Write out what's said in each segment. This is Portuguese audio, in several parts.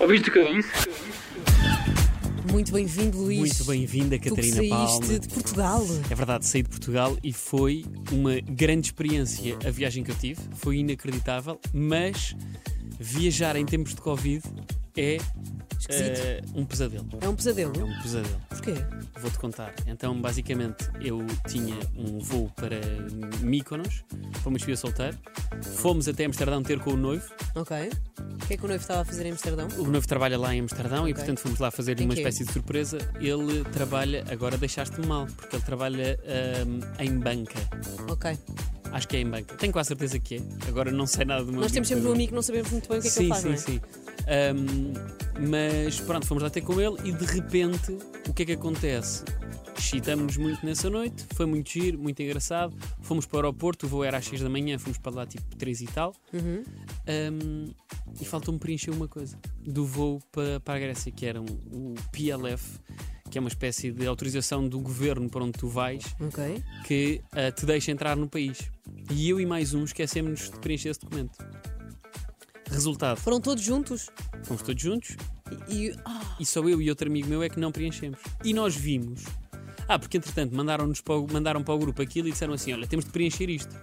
Ouviste o que eu disse? Muito bem-vindo, Luís. Muito bem-vinda, Tu que Catarina saíste Palma. de Portugal. É verdade, saí de Portugal e foi uma grande experiência a viagem que eu tive. Foi inacreditável, mas viajar em tempos de Covid é Esquisito. eh, um pesadelo. É um pesadelo. É um pesadelo. Porquê? Vou-te contar. Então, basicamente, eu tinha um voo para Mykonos, fomos via solteiro, fomos até Amsterdão ter com o noivo. Ok. O que é que o noivo estava a fazer em Amsterdão? O noivo trabalha lá em Amsterdão e, Ok. portanto, fomos lá fazer-lhe Em uma quê? espécie de surpresa. Ele trabalha, agora deixaste-me mal, porque ele trabalha ahm, em banca. Ok. Acho que é em banca. Tenho quase certeza que é. Agora não sei nada do meu Nós temos sempre um dele. amigo que não sabemos muito bem o que é que sim, ele faz, sim, não é? sim. Ahm, mas pronto, fomos lá ter com ele e de repente o que é que acontece? Excitamos-nos muito nessa noite, foi muito giro, muito engraçado. Fomos para o aeroporto, o voo era às 6 da manhã, fomos para lá tipo 3 e tal. Uhum. Ahm, e faltou-me preencher uma coisa do voo para, para a Grécia, que era um- o PLF, que é uma espécie de autorização do governo para onde tu vais Ok. que ah, te deixa entrar no país. E eu e mais um esquecemos de preencher esse documento. Resultado, Foram todos juntos fomos todos juntos e. e- Ah, e só eu e outro amigo meu é que não preenchemos. E nós vimos. Ah, porque entretanto mandaram-nos para, o- mandaram para o grupo aquilo e disseram assim: olha, temos de preencher isto.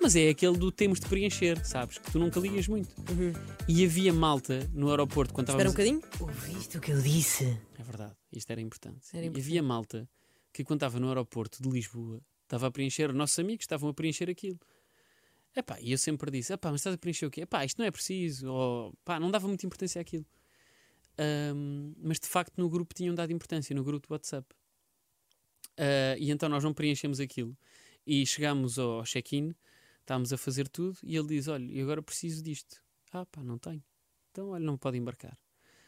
Mas é aquele do temos de preencher, sabes? Que tu nunca ligas muito. Uhum. E havia malta no aeroporto quando espera um estávamos. bocadinho. Ouviste o que eu disse? É verdade, isto era importante. Era E importante. havia malta que, quando estava no aeroporto de Lisboa, estava a preencher, nossos amigos estavam a preencher aquilo. Epá, e eu sempre disse: epá, mas estás a preencher o quê? Epá, isto não é preciso, ou pá, não dava muita importância àquilo. Ahm, mas de facto no grupo tinham dado importância, no grupo do WhatsApp. Ah, e então nós não preenchemos aquilo. E chegámos ao check-in, estávamos a fazer tudo, e ele diz: Olha, eu agora preciso disto. Ah, pá, não tenho. Então, olha, não pode embarcar.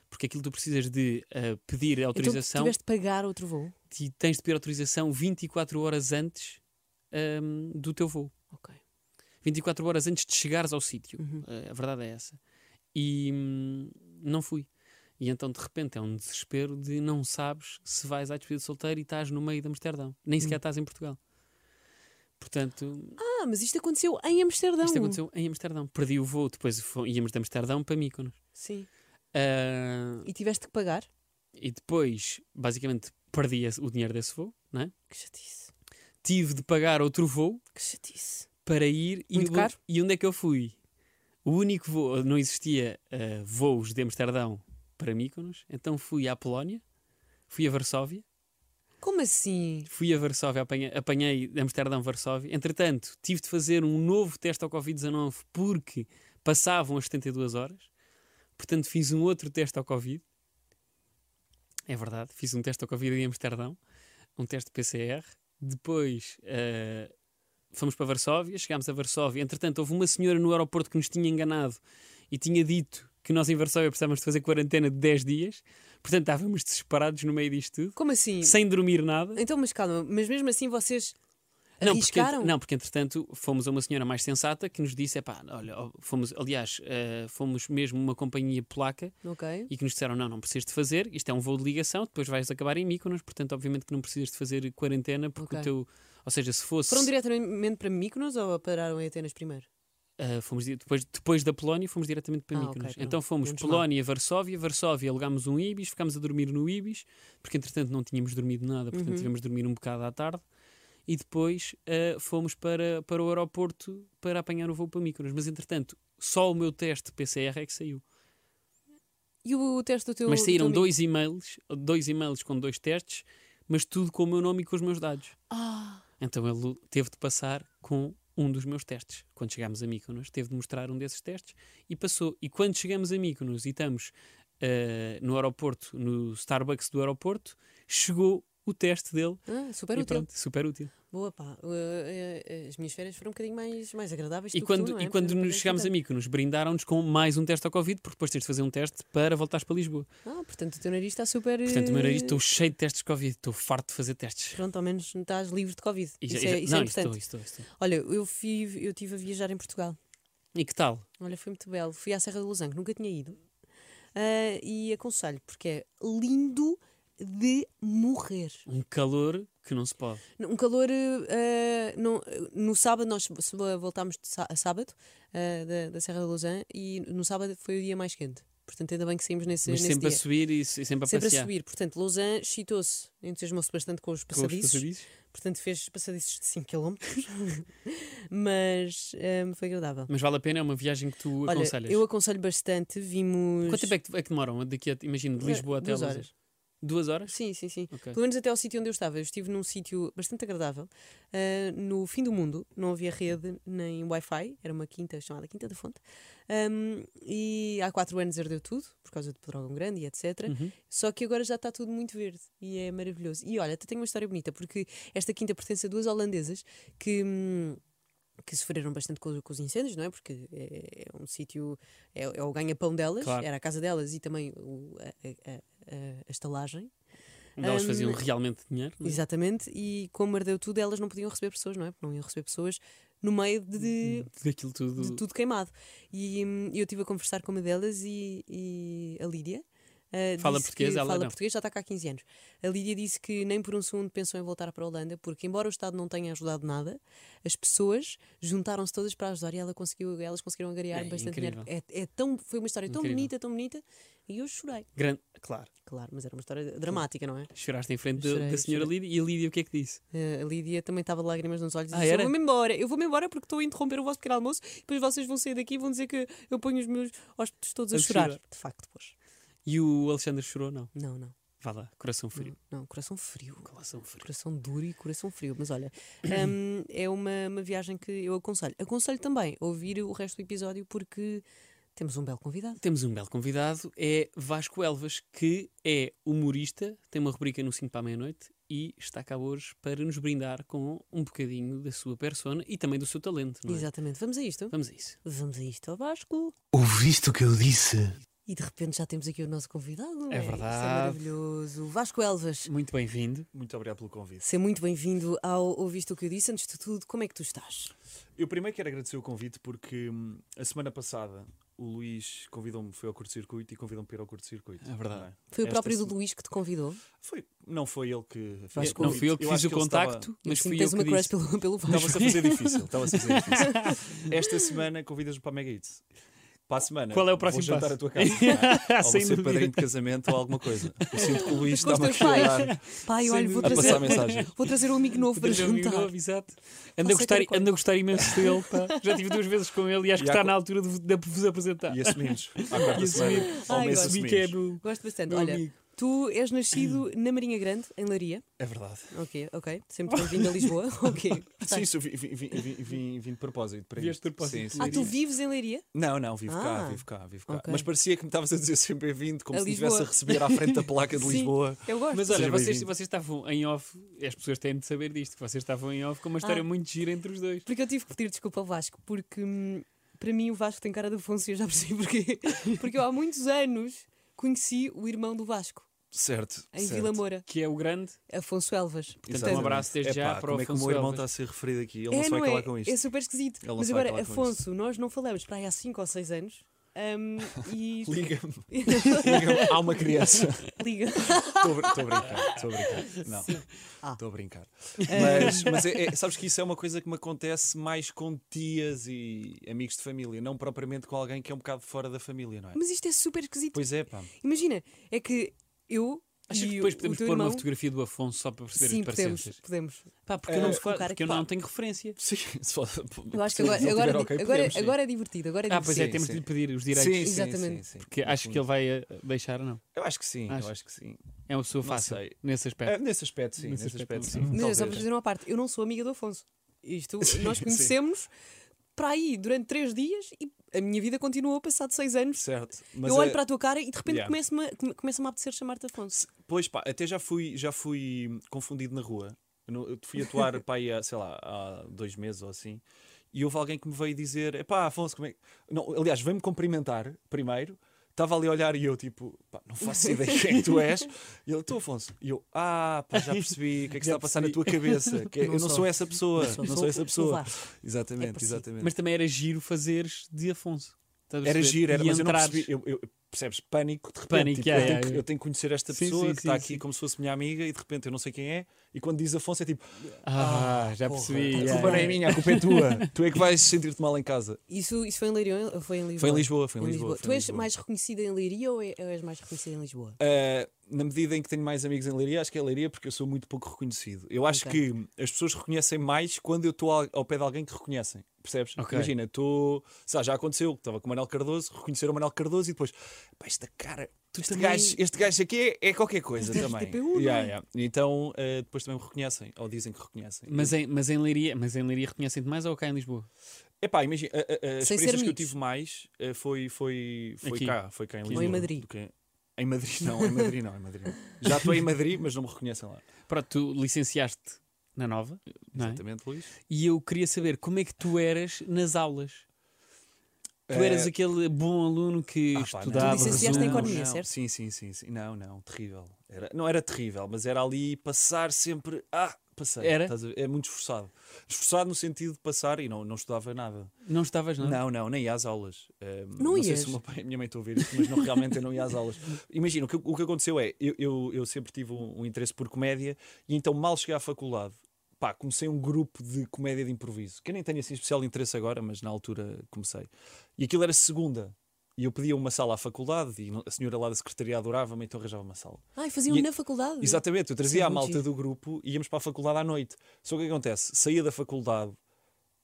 Porque aquilo tu precisas de ah, pedir autorização Então, tiveste de pagar outro voo. ti- tens de pedir autorização 24 horas antes hum, do teu voo. Ok. 24 horas antes de chegares ao sítio. Uhum. Eh, a verdade é essa. E hum, não fui. E então, de repente, é um desespero de não sabes se vais à despedida de solteiro e estás no meio de Amsterdão. Nem sequer estás em Portugal. Portanto, Ah, mas isto aconteceu em Amsterdão. isto aconteceu em Amsterdão. Perdi o voo, depois fo- íamos de Amsterdão para Mykonos. Sim. Ah, E tiveste que pagar? e depois, basicamente, perdi esse- o dinheiro desse voo, não é? Que chatice. Tive de pagar outro voo Que chatice. para ir e, Muito o- caro? e onde é que eu fui? O único voo, não existia ah, voos de Amsterdão para Mykonos, então fui à Polónia, fui a Varsóvia, Como assim? fui a Varsóvia, apanhei, apanhei Amsterdão-Varsóvia. Entretanto, tive de fazer um novo teste ao Covid-19 porque passavam as 72 horas, portanto fiz um outro teste ao Covid. É verdade, fiz um teste ao Covid em Amsterdão, um teste PCR. Depois ah, fomos para Varsóvia, chegámos a Varsóvia. Entretanto, houve uma senhora no aeroporto que nos tinha enganado e tinha dito que nós em Varsóvia precisávamos de fazer quarentena de 10 dias. Portanto, estávamos desesperados no meio disto tudo, Como assim? sem dormir nada. Então, mas calma, mas mesmo assim vocês Não porque, arriscaram? não, porque entretanto fomos a uma senhora mais sensata que nos disse: pá, olha, ó, fomos, aliás, eh, fomos mesmo uma companhia polaca Ok. e que nos disseram: não, não precisas de fazer, isto é um voo de ligação, depois vais acabar em Mykonos, portanto, obviamente que não precisas de fazer quarentena, porque Ok. o teu. Ou seja, se fosse. Foram diretamente para Mykonos ou pararam em Atenas primeiro? eh, fomos di- depois, depois da Polónia, fomos diretamente para Ah, ok, Mykonos. pronto. então fomos Menos mal. Polónia, Varsóvia, Varsóvia, alugámos um Ibis, ficámos a dormir no Ibis, porque entretanto não tínhamos dormido nada, portanto Uhum. tivemos de dormir um bocado à tarde. E depois eh, fomos para, para o aeroporto para apanhar o voo para Mykonos. Mas entretanto, só o meu teste PCR é que saiu. E o teste do teu mas do teu saíram amigo? dois e-mails, dois e-mails com dois testes, mas tudo com o meu nome e com os meus dados. Ah, Então ele teve de passar com um dos meus testes. Quando chegámos a Mykonos, teve de mostrar um desses testes e passou. E quando chegamos a Mykonos e estamos eh, no aeroporto, no Starbucks do aeroporto, chegou o teste dele. ah, super e útil. pronto, super útil. Boa pá. Eh, eh, as minhas férias foram um bocadinho mais, mais agradáveis E do quando, que tu, não é? e quando Para- nos para chegámos a estudar. Mykonos, brindaram-nos com mais um teste ao Covid, porque depois tens de fazer um teste para voltares para Lisboa. Ah, portanto o teu nariz está super... Portanto, o meu nariz, um eh, estou cheio de testes de Covid, estou farto de fazer testes. Pronto, ao menos estás livre de Covid. E Isso, já- é, já- isso é não, importante. estou, estou, estou. Olha, eu estive eu tive a viajar em Portugal. E que tal? Olha, foi muito belo. Fui à Serra do Losango, nunca tinha ido. Ah, e aconselho, porque é lindo de morrer. Um calor que não se pode. Um calor. eh, eh, não- no sábado, nós s- voltámos de sá- a sábado eh, da, da Serra da Lousã e no sábado foi o dia mais quente. Portanto, ainda bem que saímos nesse, Mas nesse sempre a dia. subir e, se- e sempre a sempre passear. a subir. Portanto, Lausanne excitou-se, entusiasmou-se bastante com os Com os passadiços. passadiços. Portanto, fez passadiços de 5 km. Mas hum, foi agradável. Mas vale a pena, é uma viagem que tu Olha, aconselhas. eu aconselho bastante. Vimos. Quanto tempo é que, é que demoram daqui a, imagina, de Lisboa até Duas Luzas? horas. Duas horas? Sim, sim, sim. Ok. Pelo menos até ao sítio onde eu estava. Eu estive num sítio bastante agradável. ah, no fim do mundo, não havia rede nem Wi-Fi. Era uma quinta chamada Quinta da Fonte. Ahm, e há quatro anos ardeu tudo, por causa de Pedrógão Grande e etc. Uhum. Só que agora já está tudo muito verde e é maravilhoso. E olha, até tenho uma história bonita, porque esta quinta pertence a duas holandesas que. hum, que sofreram bastante com, com os incêndios, não é? Porque é, é um sítio, é, é o ganha-pão delas, Claro. era a casa delas e também o- a, a- a- a estalagem, Onde elas Hum, faziam realmente dinheiro. não é? Exatamente, e como ardeu tudo, elas não podiam receber pessoas, não é? Porque não iam receber pessoas no meio de, Daquilo tudo. de tudo queimado. E hum, eu estive a conversar com uma delas e, e a Lídia. ah, Fala disse português, que ela fala não. português, já está cá há 15 anos. A Lídia disse que nem por um segundo pensou em voltar para a Holanda, porque, embora o Estado não tenha ajudado nada, as pessoas juntaram-se todas para ajudar e ela conseguiu, elas conseguiram É angariar bastante incrível. dinheiro. É, é tão, foi uma história tão Incrível. bonita, tão bonita, e eu chorei. Grande, claro. Claro, mas era uma história dramática, não é? Choraste em frente da- Chorei, da senhora chorei. Lídia. E a Lídia o que é que disse? Eh, A Lídia também estava de lágrimas nos olhos e Ah, disse: era? Eu vou-me embora, eu vou-me embora porque estou a interromper o vosso pequeno almoço. Depois vocês vão sair daqui e vão dizer que eu ponho os meus hóspedes todos a, A chorar. chorar. De facto, pois. E o Alexandre chorou? Não. Não, não, Vá lá, coração não. frio. Não, coração frio. Coração frio. Coração duro e coração frio. Mas olha, hum, é uma, uma viagem que eu aconselho. Aconselho também a ouvir o resto do episódio porque temos um belo convidado. Temos um belo convidado, é Vasco Elvas, que é humorista, tem uma rubrica no 5 para a meia-noite e está cá hoje para nos brindar com um bocadinho da sua persona e também do seu talento, não é? Exatamente. Vamos a isto? Vamos a isso. Vamos a isto ao Vasco. Ouviste o que eu disse? E de repente já temos aqui o nosso convidado. não É Isto verdade. maravilhoso. Vasco Elvas. Muito bem-vindo. Muito obrigado pelo convite. Seja muito bem-vindo ao Ouviste o que eu disse. Antes de tudo, como é que tu estás? Eu primeiro quero agradecer o convite porque hum, a semana passada o Luís convidou-me, foi ao curto-circuito e convidou-me para ir ao curto-circuito. É verdade. Não é? Foi o Esta próprio se- do Luís que te convidou? Foi, não foi ele que fez Faz o convite. Não fui eu que fiz acho o ele estava- contacto, mas Sim, fui eu tens que uma crush disse. pelo, pelo Vasco. Estava-se a fazer difícil. Estava-se a fazer difícil. Esta semana convidas-me para a Mega Eats. Para a semana. Qual é o próximo vou jantar passo? à tua casa. não é? Ou vou Ah, Sem ser dúvida. padrinho de casamento ou alguma cocoisa. Eu sinto que o Luís Com os está-me a teus pais. criar Pai, olha, vou a trazer, passar a mensagem. vou trazer um amigo novo para Trazer um amigo juntar. novo, exato. Ando a, Faça gostar, qualquer coisa. ando a gostar imenso dele, pá. Já estive duas vezes com ele e acho E que há está co- na altura de, vo- de vos apresentar. E assumimos. À quarta E assumir. semana. Ao Ai, mês gosto. Assumi que é assumimos. meu, Gosto bastante. meu Olha, amigo. tu és nascido na Marinha Grande, em Laria. É verdade. Ok, ok. Sempre bem-vindo a Lisboa. Ok. Sim, isso, vim, vim, vim, vim, vim de propósito para Vieste isto. de propósito. Sim, sim, Ah, tu sim. vives em Leiria? Não, não, vivo cá, Ah, vivo cá, vivo cá. ok. Mas parecia que me estavas a dizer sempre bem-vindo, como A se me Lisboa. estivesse a receber à frente da placa de Sim. Lisboa. Eu gosto. Mas Seja olha, vocês, bem-vindo. vocês estavam em off, as pessoas têm de saber disto, que vocês estavam em off com uma história Ah. muito gira entre os dois. Porque eu tive que pedir desculpa ao Vasco, porque hum, para mim o Vasco tem cara de Afonso e eu já percebi porquê. Porque eu há muitos anos conheci o irmão do Vasco, Certo. em certo. Vila Moura, Que é o grande. Afonso Elvas. Portanto, um abraço desde Epá, já para o Como é que o Afonso meu irmão Elvas. está a ser referido aqui? Ele não se vai calar com isto. É super esquisito. Ele não Mas se vai agora, calar com isto. Afonso, nós não falamos para aí há 5 ou 6 anos. hum, e Liga-me, liga-me. Há uma criança. liga. Estou a brin- estou a brincar, estou a brincar. Não, estou Ah. Eh. a brincar. Mas, mas é- é- sabes que isso é uma coisa que me acontece mais com tias e amigos de família, não propriamente com alguém que é um bocado fora da família, não é? Mas isto é super esquisito. Pois é, pá. Imagina, é que eu Acho e que depois o- podemos o teu pôr irmão, uma fotografia do Afonso só para perceber Sim, as parecências. podemos, podemos. Pá, porque eu, não, Eh, fa- colocar- porque eu pá. não tenho referência. Sim, se for- Eu acho que se agora, não agora, tiver ok, agora, podemos, sim. agora é divertido. Agora é Ah, pois divertido. é, temos Sim, sim. de lhe pedir os Sim, direitos. sim, sim, Exatamente. sim. Porque acho que ele vai eh, deixar ou não. Eu acho que sim, Acho. eu acho que sim. É uma pessoa Não fácil sei. nesse Ah, aspecto. nesse aspecto, sim. Nesse Nesse, aspecto, aspecto, sim. Mas sim. é só para Talvez. fazer uma parte, eu não sou amiga do Afonso. Isto, Sim, nós sim. conhecemos para aí durante três dias e a minha vida continuou passado seis anos. Certo. Mas eu olho é- para a tua cara e de repente Yeah. começa-me a- come- começa-me a apetecer chamar-te Afonso. se- Pois pá, até já fui, já fui confundido na rua. Eu não- Eu fui atuar pá, aí há, sei lá, há dois meses ou assim. E houve alguém que me veio dizer: Epá, Afonso, como é que. Não, aliás, veio-me cumprimentar primeiro. Estava ali a olhar e eu, tipo, pá, não faço ideia quem é tu és. E ele, tu, Afonso. E eu, ah, pá, já percebi o que é que Já está a passar na percebi. tua cabeça. Que é- Não eu não sou. sou essa pessoa. Não sou, essa pessoa. Vasco. É Exatamente, parecido. É, exatamente. Mas também era giro fazeres de Afonso. Estás a Era perceber? giro, era, E mas eu não entrares. percebi. Eu, eu- percebes? Pânico, de repente. Pânico, tipo, yeah, eu, yeah, tenho que, yeah. eu tenho que conhecer esta Sim, pessoa sim, que está sim, aqui sim. como se fosse minha amiga e de repente eu não sei quem é. E quando diz Afonso é tipo, Ah, já porra, percebi. A yeah, culpa não é yeah. minha, a culpa é tua. tu é que vais sentir-te mal em casa. Isso, isso foi em Leiria ou foi em Lisboa? Foi em Lisboa, foi em Em Lisboa. Lisboa. foi Tu em és Lisboa. mais reconhecida em Leiria ou é- ou és mais reconhecida em Lisboa? Uh, na medida em que tenho mais amigos em Leiria, acho que é Leiria porque eu sou muito pouco reconhecido. Eu acho Ok. que as pessoas reconhecem mais quando eu estou ao, ao pé de alguém que reconhecem. Percebes? Ok. Imagina, estou. Já aconteceu, estava com o Manel Cardoso, reconheceram o Manel Cardoso e depois. Pá, esta cara. Este, também- gajo, este gajo aqui é, é qualquer coisa Este gajo também. é TPU, não é? Yeah, yeah. Então uh, depois também me reconhecem, ou dizem que reconhecem. Mas é- em, mas em Leiria, mas em Leiria reconhecem-te mais ou cá em Lisboa? Epá, imagina, a- a- a- eh, as Sem ser experiências que eu amigos. tive mais eh, foi, foi, foi Aqui. cá, foi cá em Ou em Lisboa. Madrid. do que Em Madrid não, em Madrid não, em Madrid não. Já estou em Madrid, mas não me reconhecem lá. Pronto, tu licenciaste na nova, não é? Exatamente, Luís. E eu queria saber como é que tu eras nas aulas. Tu eras Eh, aquele bom aluno que Ah, pá, não. estudava. Tu licenciaste em resumo. economia. não, certo? Sim, sim, sim, sim. Não, não, terrível. Era, não era terrível, mas era ali passar sempre. Ah, passei. Era? Estás a ver? É muito esforçado. Esforçado no sentido de passar e não, não estudava nada. Não estavas, não? é? Não, não, nem ia às aulas. Ahm, Não sei ias? se o meu pai, a minha mãe está a ouvir isto, mas não, realmente eu não ia às aulas. Imagina, o que, o que aconteceu é, eu, eu, eu sempre tive um, um interesse por comédia e então mal cheguei à faculdade, pá, comecei um grupo de comédia de improviso, que eu nem tenho assim especial interesse agora, mas na altura comecei. E aquilo era segunda. E eu pedia uma sala à faculdade e não- a senhora lá da secretaria adorava-me, então arranjava uma sala. Ah, e faziam E- é na faculdade? Exatamente, eu trazia a muito malta giro. do grupo e íamos para a faculdade à noite. Só que o que acontece? Saía da faculdade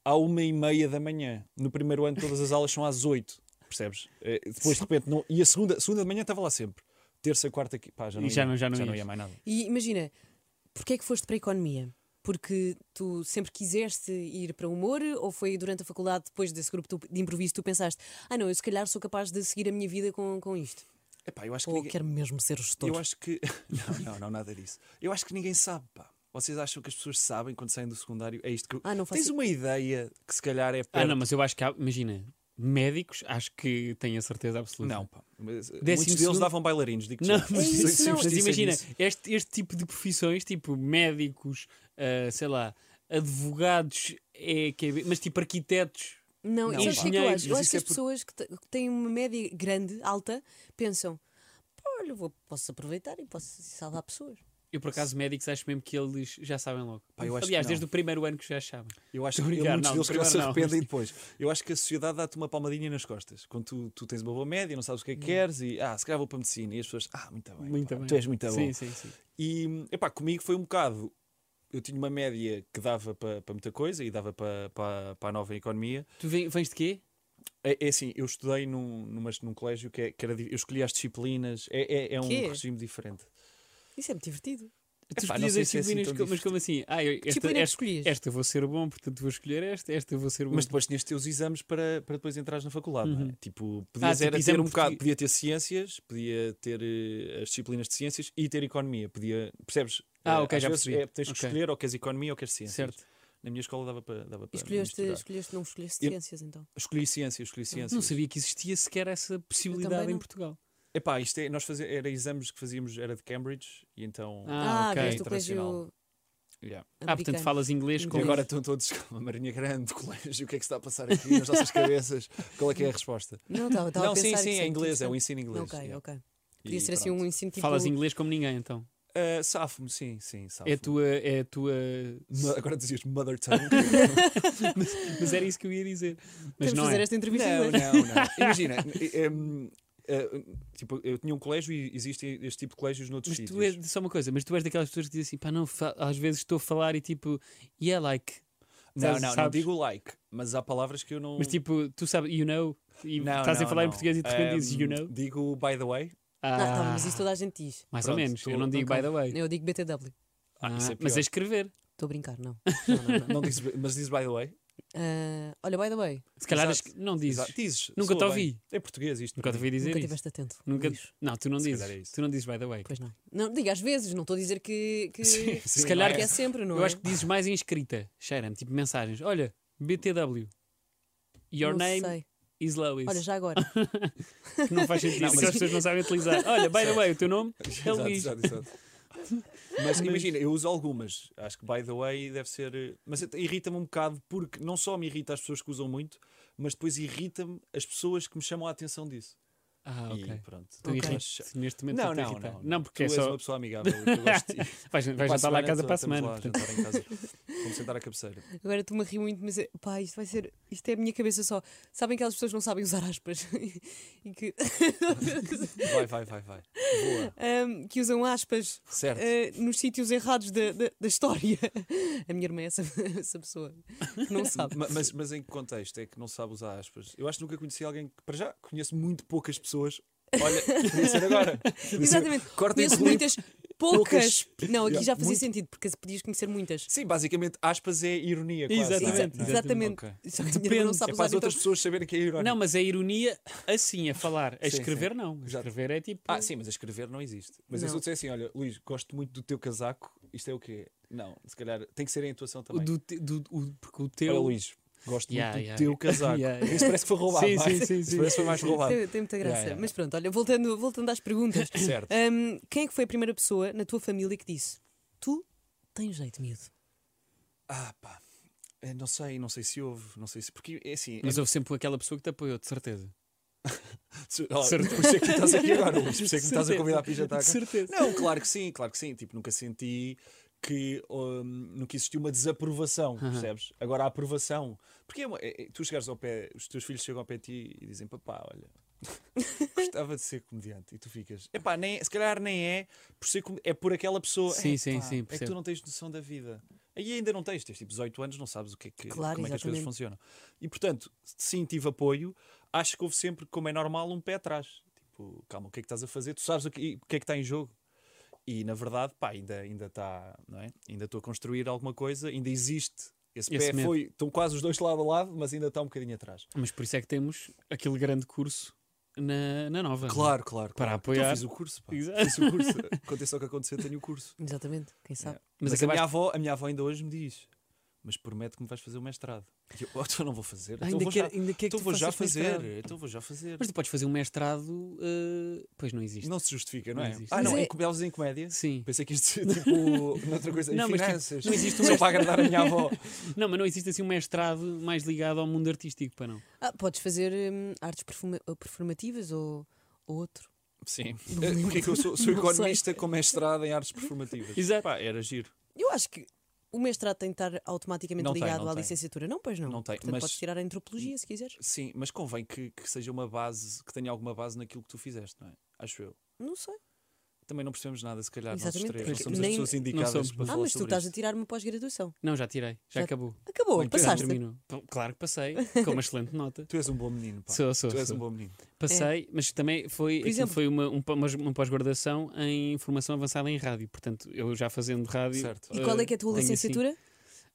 à uma e meia da manhã. No primeiro ano todas as aulas são às oito, percebes? Eh, Depois de repente, não... e a segunda, segunda de manhã estava lá sempre. Terça, quarta, qui- pá, já não, E já ia, não- já não não ias. ia mais nada. E imagina, porquê é que foste para a economia? Porque tu sempre quiseste ir para o humor ou foi durante a faculdade, depois desse grupo tu- de improviso, tu pensaste ah não, eu se calhar sou capaz de seguir a minha vida com, com isto? Epá, eu acho que Ou ninguém- quero mesmo ser gestor? Eu acho que. Não, não, não, nada disso. Eu acho que ninguém sabe, pá. Vocês acham que as pessoas sabem quando saem do secundário? É isto que. eu- Ah, não faço Tens i- uma ideia que se calhar é Ah, perto. não, mas eu acho que há, imagina, médicos, acho que tenho a certeza absoluta. Não, pá. Mas, eh, Décimo muitos deles segundo- davam bailarinos, digo Não, mas, isso, não. mas imagina, este, este tipo de profissões, tipo médicos, ah, sei lá, advogados, é, que é- mas tipo arquitetos. Não, Não, e sabes o que é que eu pá. acho? Eu Mas acho isso que é as por- pessoas que te- que têm uma média grande, alta, pensam "Pá, olha, vou, posso aproveitar e posso salvar pessoas. Eu, por acaso, médicos, acho mesmo que eles já sabem logo. Pá, eu acho que Aliás, não. desde o primeiro ano que já sabem. Eu acho que Tô brincando, muitos não, deles que já se primeiro não. arrependem depois. Eu acho que a sociedade dá-te uma palmadinha nas costas. Quando tu, tu tens uma boa média, não sabes o que é que queres e ah, se calhar vou para a medicina. E as pessoas, ah, muito bem, Hum. Muito pá, bem. tu és muito bom. Sim, sim, sim. E epá, comigo foi um bocado. Eu tinha uma média que dava para para muita coisa e dava para, para, para a nova economia. Tu vem- vens de quê? É, é assim, eu estudei num, numa, num colégio que, é, que era, di- eu escolhi as disciplinas, é, é, é um Quê? regime diferente. Isso é muito divertido. Tu Epá, escolhias não sei as se é assim disciplinas, tão co- mas como assim? Ah, eu, Que esta, disciplina é que esta, escolhias? esta eu vou ser bom, portanto vou escolher esta, esta eu vou ser bom. Mas depois tinhas de ter os exames para, para depois entrares na faculdade, não é? Tipo, podias Uhum. tipo, era exame ter um português. bocado, podia ter ciências, podia ter eh, as disciplinas de ciências e ter economia. Podia, percebes? Ah, Eh, ok, às já vezes percebi. é, tens de Ok. escolher ou queres economia ou queres ciências. certo. Na minha escola dava para. Dava E para escolheste, misturar. escolheste, não escolheste Eu- ciências então? Escolhi ciências, escolhi ciências. Não sabia que existia sequer essa possibilidade em não. Portugal. Epá, isto é, nós fazia, era exames que fazíamos, era de Cambridge, e então. Ah, ok. vieste o Internacional. colégio yeah. Ah, portanto americano. falas inglês E com. Como- agora estão todos com uma marinha grande, colégio, o que é que se está a passar aqui nas nossas cabeças? Qual é que é a resposta? Não, estava estava a não, sim, pensar sim, que é inglês, é o um interessante. ensino inglês. Ok, yeah. ok. E Podia ser assim pronto. um ensino tipo. Falas inglês como ninguém, então. Uh, Safo-me, sim, sim, Tá safo É a tua. É a tua... Agora dizias mother tongue. Mas era isso que eu ia dizer. Mas Temos de não fazer é. esta entrevista em não, inglês. não, não. Imagina, eh, em, eh, tipo, eu tinha um colégio e existe este tipo de colégios noutros Mas sítios. tu és, só uma coisa, mas tu és daquelas pessoas que dizem assim, pá, não, fa- às vezes estou a falar e tipo, yeah, like. Não, não, Sabes- não sabes? digo like, mas há palavras que eu não. Mas tipo, tu sabes, you know, e Não, estás a não, falar em não. português e de repente dizes, Em, you know. Digo by the way. Ah, tá, Ah, mas isso toda a gente diz. mais ou Pronto, menos, tu- eu não digo ok. by the way. Eu digo BTW. Ah, isso é mas pior. é escrever. Estou a brincar, não. Não dizes, mas dizes by the way. Ah, olha, by the way, Se calhar Exato. as- não dizes. Exato. Dizes. Nunca soa te bem. ouvi. É português isto. Nunca te ouvi dizer nunca isso. estiveste atento. Nunca... Luís. Não, tu não Se dizes. calhar é isso. Tu não dizes by the way. Pois não. Não, diga às vezes, não estou a dizer que. que... Sim, sim, Se calhar não que é. é sempre, não Eu é? acho que dizes mais em escrita, cheira tipo mensagens. Olha, BTW. Your não name Sei. is Lois. Olha, já agora. Que não faz sentido, Não, porque mas- as pessoas não sabem utilizar. Olha, by the way, o teu nome é Exato, Luís. exato, exato. Mas imagina, eu uso algumas. Acho que by the way deve ser. eh, Mas até irrita-me um bocado porque não só me irrita as pessoas que usam muito, mas depois irrita-me as pessoas que me chamam a atenção disso. Ah, ok. E pronto. Tu Ok. irritas neste momento Não, estou-te a não, irritar. não. Não, porque é tu és só. uma pessoa amigável. Eu gosto de ti. Vais, vais jantar lá a casa para a semana. estamos portanto. lá a jantar em casa. Vamos sentar à cabeceira. Agora tu me ri muito, mas é- pá, isto vai ser. Isto é a minha cabeça só. Sabem que aquelas pessoas que não sabem usar aspas e que, Vai, vai, vai, vai. Boa. ahm, que usam aspas Certo. ah, nos sítios errados da, da, da história. A minha irmã é essa, essa pessoa que não sabe. Ma- Mas, mas em que contexto é que não sabe usar aspas? Eu acho que nunca conheci alguém que, para já, conheço muito poucas pessoas. Olha, podia ser agora. Podia ser- Exatamente. Corta e Conheço clipe. muitas, poucas. Não, aqui é Yeah, já fazia muito. sentido, porque podias conhecer muitas. Sim, basicamente, aspas é ironia. Quase, Exatamente, não é? Exa- Não é? exatamente. Ok. Só que a minha irmã Depende. não É sabe para usar as outras então- pessoas saberem que é irónico. Não, mas a ironia assim, a falar. A Sim, escrever, não. A Exato. escrever é tipo. Ah, sim, mas a escrever não existe. Mas eu Não. só disser assim: olha, Luís, gosto muito do teu casaco, isto é o quê? Não, se calhar tem que ser em atuação o também. do, te- do, o- porque o Olha, teu. Luís, gosto Yeah, muito do yeah. teu casaco. Yeah, yeah. Isso parece que foi roubado. Sim, não é? sim, sim, Isso sim, parece sim, que foi mais sim. roubado. Tem, tem muita graça. Yeah, yeah. Mas pronto, olha, voltando, voltando às perguntas. Certo. Hum, quem é que foi a primeira pessoa na tua família que disse: Tu tens jeito, miúdo? Ah, pá. Eu não sei, não sei se houve, não sei se. Porque é assim. Mas é... houve sempre aquela pessoa que te apoiou, de certeza. se- oh, certeza. Por isso é que tu estás aqui agora, Luís. Por isso é que me estás a Certeza. convidar para ir jantar. De certeza. Não, claro que sim, claro que sim. Tipo, nunca senti que hum, nunca existiu uma desaprovação, percebes? Agora a aprovação. Porque é uma- é- é- tu chegares ao pé, os teus filhos chegam ao pé de ti e dizem: Papá, olha, gostava de ser comediante. E tu ficas: Epá, nem, se calhar nem é por ser comediante, é por aquela pessoa. Sim, Epá, sim, sim, É que percebo. tu não tens noção da vida. Aí ainda não tens, tens tipo 18 anos, não sabes o que é que, Claro, como é que as coisas exatamente. funcionam. E portanto, sim, tive apoio. Acho que houve sempre, como é normal, um pé atrás. Tipo, calma, o que é que estás a fazer? Tu sabes o que, o que é que está em jogo. E na verdade, pá, ainda ainda está, não é? Ainda estou a construir alguma coisa, ainda existe. Esse, Esse pé medo. foi, estão quase os dois lado a lado, mas ainda está um bocadinho atrás. Mas por isso é que temos aquele grande curso na, na nova. não é? Claro, claro. Para claro. apoiar. Então fiz o curso, pá. Exato. Fiz o curso. Aconteça o que acontecer, tenho o curso. Exatamente, quem sabe? Yeah. Mas, Mas a, minha acabaste- avó, a minha avó ainda hoje me diz: Mas promete que me vais fazer o mestrado. E eu, "Oh, então não vou fazer. Ah, então ainda vou quer- já, ainda é quer que então tu vou já faças fazer. mestrado. Então vou já fazer. Mas tu podes fazer um mestrado. uh, Pois não existe. não se justifica, não, Não é? existe. Ah, Mas não, é- em, com- elas em comédia. Sim. Pensei que isto tipo noutra coisa. Não, em mas, tipo, finanças. não existe um Só para agradar a minha avó. Não, mas não existe assim um mestrado mais ligado ao mundo artístico, para não. Ah, podes fazer hum, artes perfuma- performativas ou, ou outro. Sim. Eh, Porque é que eu sou, sou Não economista com mestrado em artes performativas? Exato. Pá, era giro. Eu acho que o mestrado tem de estar automaticamente Não tem, ligado não à tem. licenciatura. Não, pois não. Não tem, Portanto, mas- hum. podes tirar a antropologia se quiseres. Sim, mas convém que, que seja uma base, que tenha alguma base naquilo que tu fizeste, não é? Acho eu. Não sei. Também não percebemos nada, se calhar, nós Exatamente, os três. Não porque somos as nem- pessoas Não indicadas somos. para Ah, falar Ah, mas tu sobre estás isso. a tirar uma pós-graduação. Não, já tirei. Já, Já- acabou. Acabou, Bem, Já passaste. terminou. P- Claro que passei, com uma excelente nota. Tu és um bom menino, pá. Sou, sou, tu és sou. um bom menino. Passei, mas também foi, aquilo É. exemplo- foi uma, um pa- uma, uma pós-graduação em formação avançada em rádio. Portanto, eu já fazendo rádio. Certo. E qual é que é a eh, tua tenho, assim, licenciatura?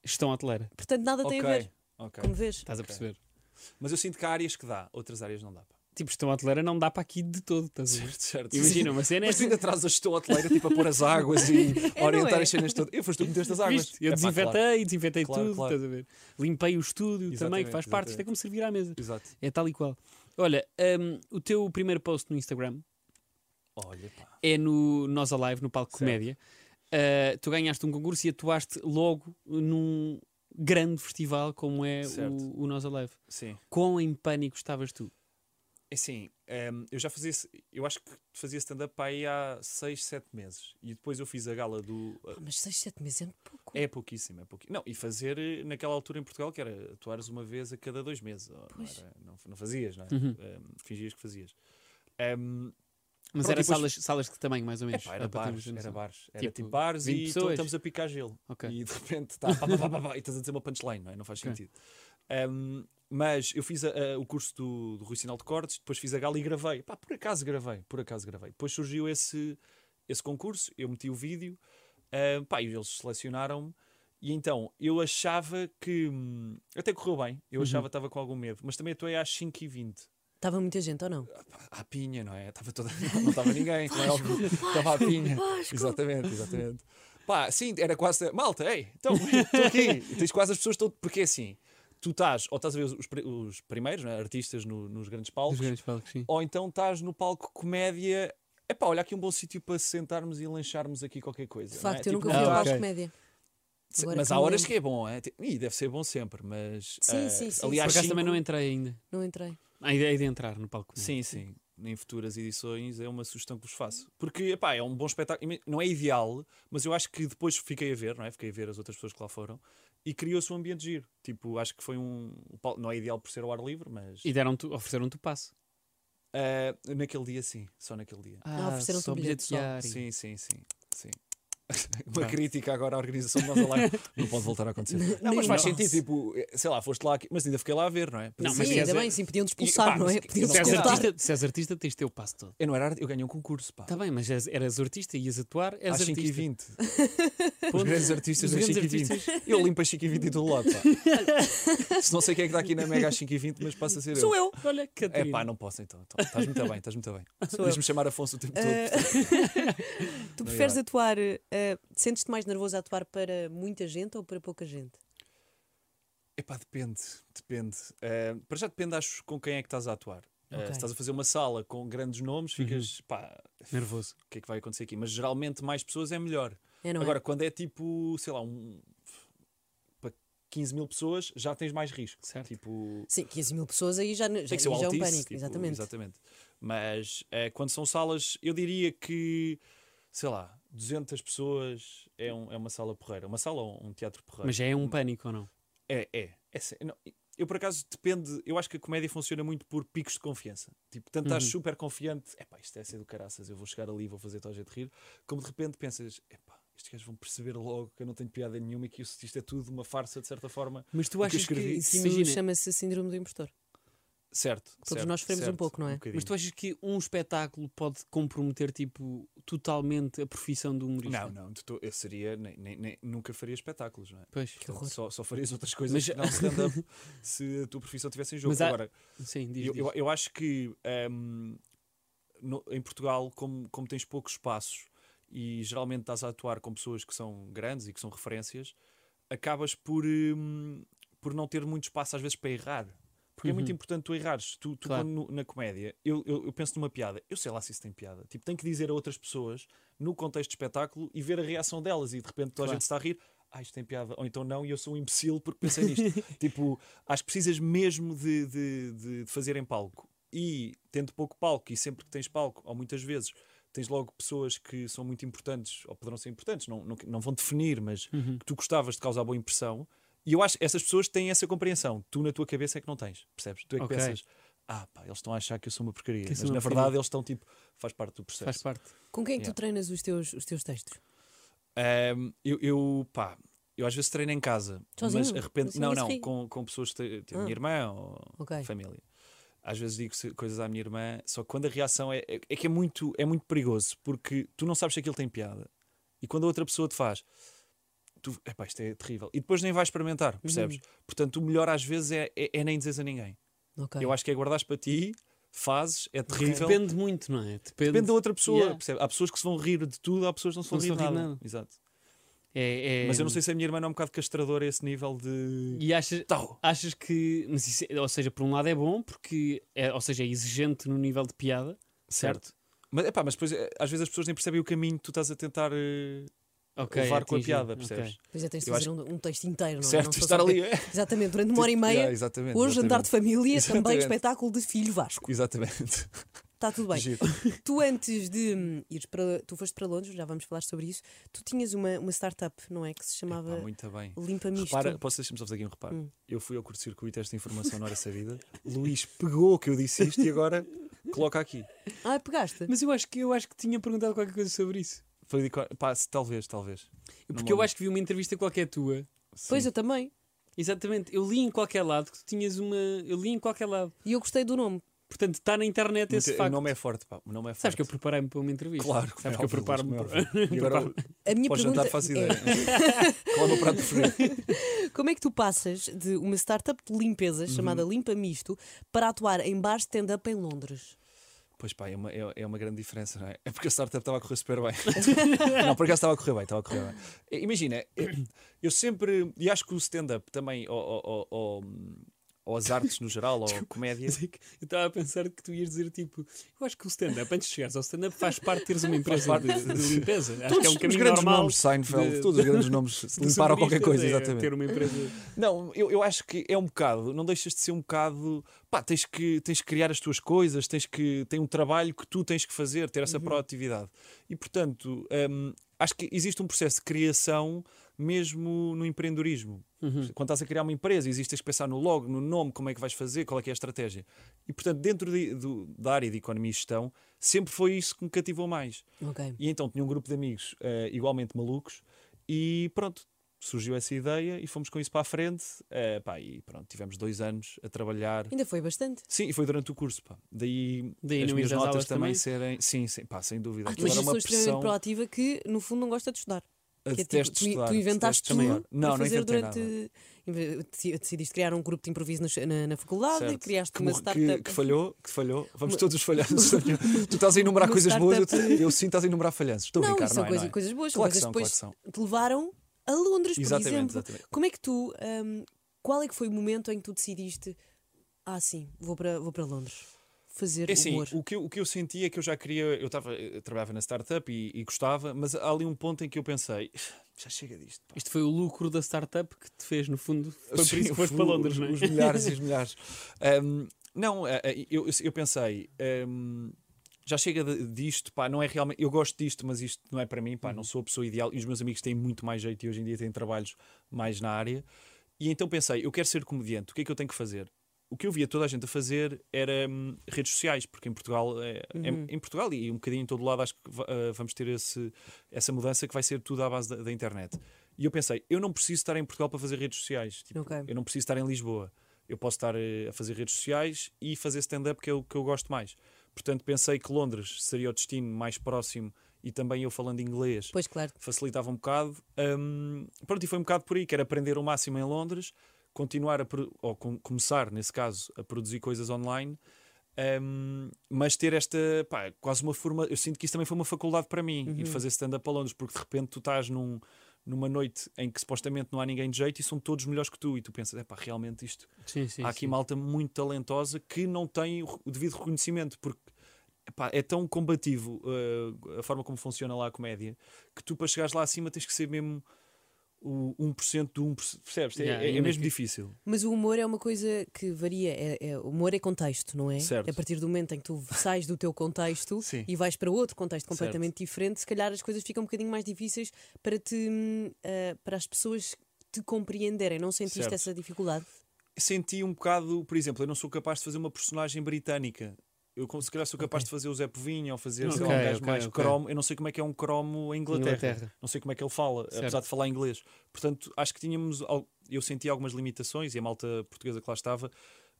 Gestão hoteleira. Portanto, nada tem a ver. ok. Como vês? Estás a Ok. perceber? Mas eu sinto que há áreas que dá, outras áreas não dá. Pá. Tipo, gestão hoteleira não dá para aqui de todo. Estás a ver? Certo, certo. Imagina uma cena. é Mas tu ainda traz a gestão hoteleira tipo a pôr as águas e a não orientar é? as cenas todas. Eu foste tu que meteste as águas. Viste? Eu É pá, desinfetei, claro. desinfetei Claro, tudo, claro. estás a ver? Limpei o estúdio também, que Exatamente, faz parte. Isto é exatamente. como servir à mesa. Exato. É tal e qual. Olha, hum, o teu primeiro post no Instagram Olha, pá. é no Nós Alive, no palco Certo. comédia. Uh, tu ganhaste um concurso e atuaste logo num grande festival como é Certo. o, o Nós Alive. Sim. Quão em pânico estavas tu? Assim, ehm, eu já fazia, esse- eu acho que fazia stand-up aí há 6, 7 meses. E depois eu fiz a gala do. Pá, Mas 6, 7 meses é muito pouco. É pouquíssimo, é pouquíssimo. Não, e fazer eh, naquela altura em Portugal, que era atuares uma vez a cada dois meses. ou Não, Pois. era, não, não fazias, não é? Uhum. Ehm, fingias que fazias. Ehm, Mas Pronto, era e depois- salas, salas de que tamanho, mais ou menos? Epá, era, Ah, para termos bares, noção. era bares, era tipo, Tipo, bares 20 e então pessoas? estamos a picar gelo. Ok. E de repente tá, pá, pá, pá, pá, pá, e estás a dizer uma punchline, não é? Não faz Ok. sentido. Um, mas eu fiz a- a- o curso do, do Rui Sinal de Cortes, depois fiz a gala e gravei. Pá, por acaso gravei, por acaso gravei. Depois surgiu esse, esse concurso, eu meti o vídeo, ah, pá, e eles selecionaram-me. E então, eu achava que. hum, Até correu bem, Uhum. eu achava que estava com algum medo, mas também atuei às 5h20 Estava muita gente ou não? à pinha, não é? Estava toda, não estava ninguém, como é óbvio. Estava à pinha. Exatamente, exatamente. Pá, sim, era quase. Malta, ei, então, estou aqui. E Tens quase as pessoas estão. Porque é assim, tu estás, ou estás a ver os, pri- os primeiros, não é? artistas no- nos grandes Dos palcos, grandes palcos, sim. ou então estás no palco comédia. É pá, olha aqui um bom sítio para sentarmos e lancharmos aqui qualquer coisa. De não é? facto, eu Tipo, nunca não fui a Ah, estás- palco ok. de comédia. se- Agora Mas que há me horas lembro. que é bom, é? Ti- Ih, deve ser bom sempre, mas. Sim, ah, sim, sim, Por aliás, acaso cinco- também não entrei ainda. Não entrei. A ideia de entrar no palco. Sim, sim. em futuras edições é uma sugestão que vos faço. Porque epá, é um bom espetáculo, não é ideal, mas eu acho que depois fiquei a ver, não é? Fiquei a ver as outras pessoas que lá foram e criou-se um ambiente giro. Tipo, acho que foi um. o palco- Não é ideal por ser ao ar livre, mas. E deram-te, ofereceram-te o passe. Ah, naquele dia, sim. Só naquele dia. Ah, ofereceram-te só um bilhete só. bilhetear e- Ah, Sim, sim, sim. sim. Uma Pá. crítica agora à organização de nós lá. Não pode voltar a acontecer. Não, mas faz Nossa. sentido, tipo, sei lá, foste lá, mas ainda fiquei lá a ver, não é? Não, Sim, mas quer ainda dizer- bem, sim, podiam-te E, expulsar, pá, não mas é? que- Podiam-te Se és, Descontar. expulsar. artista, se és artista, tens de ter o passe todo. Eu não era arte, eu ganhei um concurso, pá. Está bem, mas és, eras artista, ias atuar, és Às 5 e artista. 20 Os grandes artistas Os das 5 grandes e 20 Eu limpo as 5 e 20 de todo lado, pá. Se não sei quem é que está aqui na Mega às 5 e 20 mas passa a ser Sou eu. eu. Olha, É Catarina. pá, não posso então. então. Estás muito bem, estás muito bem. Sou eu. Deixa-me chamar Afonso o tempo todo. Eh, tu preferes dá. atuar, eh, sentes-te mais nervoso a atuar para muita gente ou para pouca gente? Epá, depende, depende. Eh, para já depende, acho, com quem é que estás a atuar. Eh, Ok. se estás a fazer uma sala com grandes nomes, ficas, pá, Nervoso. o que é que vai acontecer aqui? Mas geralmente mais pessoas é melhor. É, não é? Agora, quando é tipo, sei lá, um. para 15 mil pessoas, já tens mais risco. Certo. Tipo. Sim, 15 mil pessoas aí já, já, Tem que já ser o é um altice, pânico. tipo, exatamente. Mas eh, quando são salas, eu diria que, sei lá, 200 pessoas é, um- é uma sala porreira. Uma sala ou um teatro porreiro. Mas já é um pânico ou não? É, é. é sé- não, eu, por acaso, depende. Eu acho que a comédia funciona muito por picos de confiança. Tipo, tanto estás Uhum. super confiante, epá, isto é ser do caraças, eu vou chegar ali, vou fazer toda a gente rir, como de repente pensas, epá, estes gajos vão perceber logo que eu não tenho piada nenhuma e que isto, isto é tudo uma farsa, de certa forma. Mas tu que eu achas que, escrevi- que Isso imagina, chama-se síndrome do impostor. Certo. Todos certo, nós sofremos um certo, pouco, não é? bocadinho. mas tu achas que um espetáculo pode comprometer tipo totalmente a profissão do humorista? Não, não, de to- eu seria, nem, nem- nem- nunca faria espetáculos, não é? Pois. Que horror. Só, só farias outras coisas Mas- que não stand-up se a tua profissão estivesse em jogo. Mas há- Agora, Sim, diz, eu, diz. eu- eu acho que ehm, no- em Portugal, como, como tens poucos espaços e geralmente estás a atuar com pessoas que são grandes e que são referências, acabas por, ehm, por não ter muito espaço às vezes para errar. Porque é muito Uhum. importante tu errares. Tu, tu Claro. quando no- na comédia, eu, eu, eu penso numa piada, eu sei lá se isso tem piada. Tipo, tenho que dizer a outras pessoas, no contexto de espetáculo, e ver a reação delas. E de repente toda a Claro. gente está a rir. Ah, isto tem piada. Ou então não, e eu sou um imbecil porque pensei nisto. tipo, acho que precisas mesmo de, de, de, de fazer em palco. E tendo pouco palco, e sempre que tens palco, ou muitas vezes, tens logo pessoas que são muito importantes, ou poderão ser importantes, não, não, não vão definir, mas Uhum. que tu gostavas de causar boa impressão. E eu acho que essas pessoas têm essa compreensão. Tu, na tua cabeça, é que não tens, percebes? Tu é que Ok. pensas, ah pá, eles estão a achar que eu sou uma porcaria. Que eu Mas sou uma na porcaria. verdade eles estão tipo, faz parte do processo. Faz parte. Com quem é que Yeah. tu treinas os teus, os teus textos? Ahm, eu, eu, pá, eu às vezes treino em casa, Sozinho? mas de repente, Assim, não, nesse não, fim? com, com pessoas que têm a Ah. minha irmã ou Ok. família. Às vezes digo se- coisas à minha irmã, só que quando a reação é, é, é que é muito, é muito perigoso, porque tu não sabes se aquilo tem piada. E quando a outra pessoa te faz, tu, epá, isto é terrível. E depois nem vais experimentar, Uhum. percebes? Portanto, o melhor às vezes é, é, é nem dizeres a ninguém. Ok. Eu acho que é guardares para ti, fazes, é terrível. Depende muito, não é? Depende. Depende da outra pessoa, Yeah. percebe? Há pessoas que se vão rir de tudo, há pessoas que não se vão Não se rir de vão rir nada. de nada. nada. Exato. É- é- Mas eu não sei se a minha irmã não é um bocado castradora a esse nível de. E achas, Tal. achas que. mas isso é- ou seja, por um lado é bom, porque. É, ou seja, é exigente no nível de piada, certo? Mas, epá, mas depois, eh, às vezes as pessoas nem percebem o caminho que tu estás a tentar eh, Ok, levar com a atingir, piada, ok. percebes? Pois é, tens de eu fazer um, um texto inteiro, não é? Certo, Não só estar só- ali. eh, Exatamente, durante uma hora e meia. yeah, exatamente, Hoje, jantar de exatamente. família, também Exatamente. espetáculo de filho Vasco. Exatamente. Está tudo bem. Giro. Tu antes de hum, ires para. Tu foste para Londres, já vamos falar sobre isso. Tu tinhas uma, uma startup, não é? Que se chamava Epá, Ah, muito bem. Limpa Misto. Repara, posso deixar-me só fazer aqui um reparo? Hum. Eu fui ao curto-circuito esta informação na hora sabida. Luís pegou que eu disse isto e agora coloca aqui. Ah, pegaste. Mas eu acho, que, eu acho que tinha perguntado qualquer coisa sobre isso. Foi de co- pá, se- talvez, talvez. Não Porque me eu lembro. acho que vi uma entrevista qualquer tua. Pois Sim. eu também. Exatamente, eu li em qualquer lado que tu tinhas uma. Eu li em qualquer lado. E eu gostei do nome. Portanto, está na internet esse Muito- O facto. nome é forte, pá. O nome é forte. Sabes que eu preparei-me para uma entrevista. Claro, é Sabes que eu preparo-me para. para. E agora A minha podes pergunta jantar, faço é, ideia. Qual é o meu prato preferido? como é que tu passas de uma startup de limpeza Uhum. chamada Limpa Misto para atuar em bar stand-up em Londres? Pois pá, é uma, é, é uma grande diferença, não é? É porque a startup estava a correr super bem. não, por acaso estava a correr bem, estava a correr bem. Eh, Imagina, eh, eu sempre. E acho que o stand-up também, ou, ou- ou- ou, hum, ou as artes no geral, ou a comédia. Quer dizer que Eu estava a pensar que tu ias dizer tipo, eu acho que o stand-up, antes de chegares ao stand-up, faz parte de teres uma empresa parte de, de limpeza. Acho Todos que é um os caminho grandes normal. nomes, Seinfeld, de- todos os grandes nomes se de limparam qualquer humoristas, coisa, é exatamente. Ter uma empresa. Não, eu, eu acho que é um bocado, não deixas de ser um bocado. Pá, tens que, tens que criar as tuas coisas, tens que. Tem um trabalho que tu tens que fazer, ter essa proatividade. E portanto, hum, acho que existe um processo de criação mesmo no empreendedorismo. Quando estás a criar uma empresa, existe tens que pensar no logo, no nome, como é que vais fazer, qual é que é a estratégia. E portanto, dentro de- do- da área de economia e gestão, sempre foi isso que me cativou mais. Ok. E então tinha um grupo de amigos eh, igualmente malucos e pronto, surgiu essa ideia e fomos com isso para a frente. eh, pá, e pronto, tivemos dois anos a trabalhar. Ainda foi bastante. Sim, e foi durante o curso, pá. Daí, Daí as não minhas ias às notas aulas também também? serem... Sim, sim, pá, sem dúvida. Ah, tu Aquilo és era uma uma pessoa extremamente pressão... proativa que, no fundo, não gosta de estudar. Eu Que é detesto tipo, tu- estudar, tu, inventaste detesto estudar. tudo Não, para não fazer inventei durante. nada. inve- deci- Decidiste criar um grupo de improviso nas- na, na faculdade e Certo. criaste que, uma mor- que- startup. que falhou, que falhou. Vamos Uma- todos os falhanços. tu estás a enumerar uma coisas boas, eu, startup. eu sim estás a enumerar falhanços. Estou a não, brincar, isso não são é, coisas, não é? coisas boas, Claro que coisas são, depois claro te levaram a Londres, por Exatamente, exemplo. exatamente. Como é que tu. hum, qual é que foi o momento em que tu decidiste? Ah, sim, vou para, vou para Londres fazer É assim, humor. o que, eu, o que eu senti é que eu já queria. Eu, tava, eh, eu trabalhava na startup e, e gostava, mas há ali um ponto em que eu pensei: já chega disto. pá." Isto foi o lucro da startup que te fez, no fundo, foi por Sim, isso que foste os- para Londres, os, não é? os milhares e os milhares. Ahm, não, eh, eh, eu, eu- eu pensei. ahm, já chega de- disto, pá, não é realmente. Eu gosto disto, mas isto não é para mim, pá, Uhum. não sou a pessoa ideal. E os meus amigos têm muito mais jeito e hoje em dia têm trabalhos mais na área. E então pensei, eu quero ser comediante, o que é que eu tenho que fazer? O que eu via toda a gente a fazer era hum, redes sociais, porque em Portugal, é, é- em Portugal e um bocadinho em todo lado, acho que va- ah, vamos ter esse, essa mudança que vai ser tudo à base da, da internet. E eu pensei, eu não preciso estar em Portugal para fazer redes sociais. Tipo, Ok. Eu não preciso estar em Lisboa. Eu posso estar eh, a fazer redes sociais e fazer stand-up, que é o que eu gosto mais. Portanto, pensei que Londres seria o destino mais próximo e também eu falando inglês Pois, claro. facilitava um bocado. Hum, pronto, e foi um bocado por aí, que era aprender o máximo em Londres, continuar a pro- ou com- começar, nesse caso, a produzir coisas online, hum, mas ter esta, pá, quase uma forma. Eu sinto que isso também foi uma faculdade para mim, ir fazer stand-up a Londres, porque de repente tu estás num, numa noite em que supostamente não há ninguém de jeito e são todos melhores que tu, e tu pensas, é pá, realmente isto Sim, sim, há aqui sim. malta muito talentosa que não tem o re- o devido reconhecimento, porque epá, é tão combativo uh, a forma como funciona lá a comédia que tu, para chegares lá acima, tens que ser mesmo o 1% do 1%, percebes? É- Yeah, é, é ainda mesmo que- difícil. Mas o humor é uma coisa que varia. É, é- o humor é contexto, não é? Certo. A partir do momento em que tu sais do teu contexto Sim. e vais para outro contexto completamente diferente, se calhar as coisas ficam um bocadinho mais difíceis para te hum, ah, para as pessoas te compreenderem. Não sentiste Certo. essa dificuldade? Senti um bocado, por exemplo, eu não sou capaz de fazer uma personagem britânica. Eu, com- se calhar, sou capaz de fazer o Zé Povinha ou fazer sei lá, um Ok, gajo ok, mais ok. cromo. Eu não sei como é que é um cromo em Inglaterra. Inglaterra. Não sei como é que ele fala, apesar Certo. de falar inglês. Portanto, acho que tínhamos. al- Eu senti algumas limitações e a malta portuguesa que lá estava.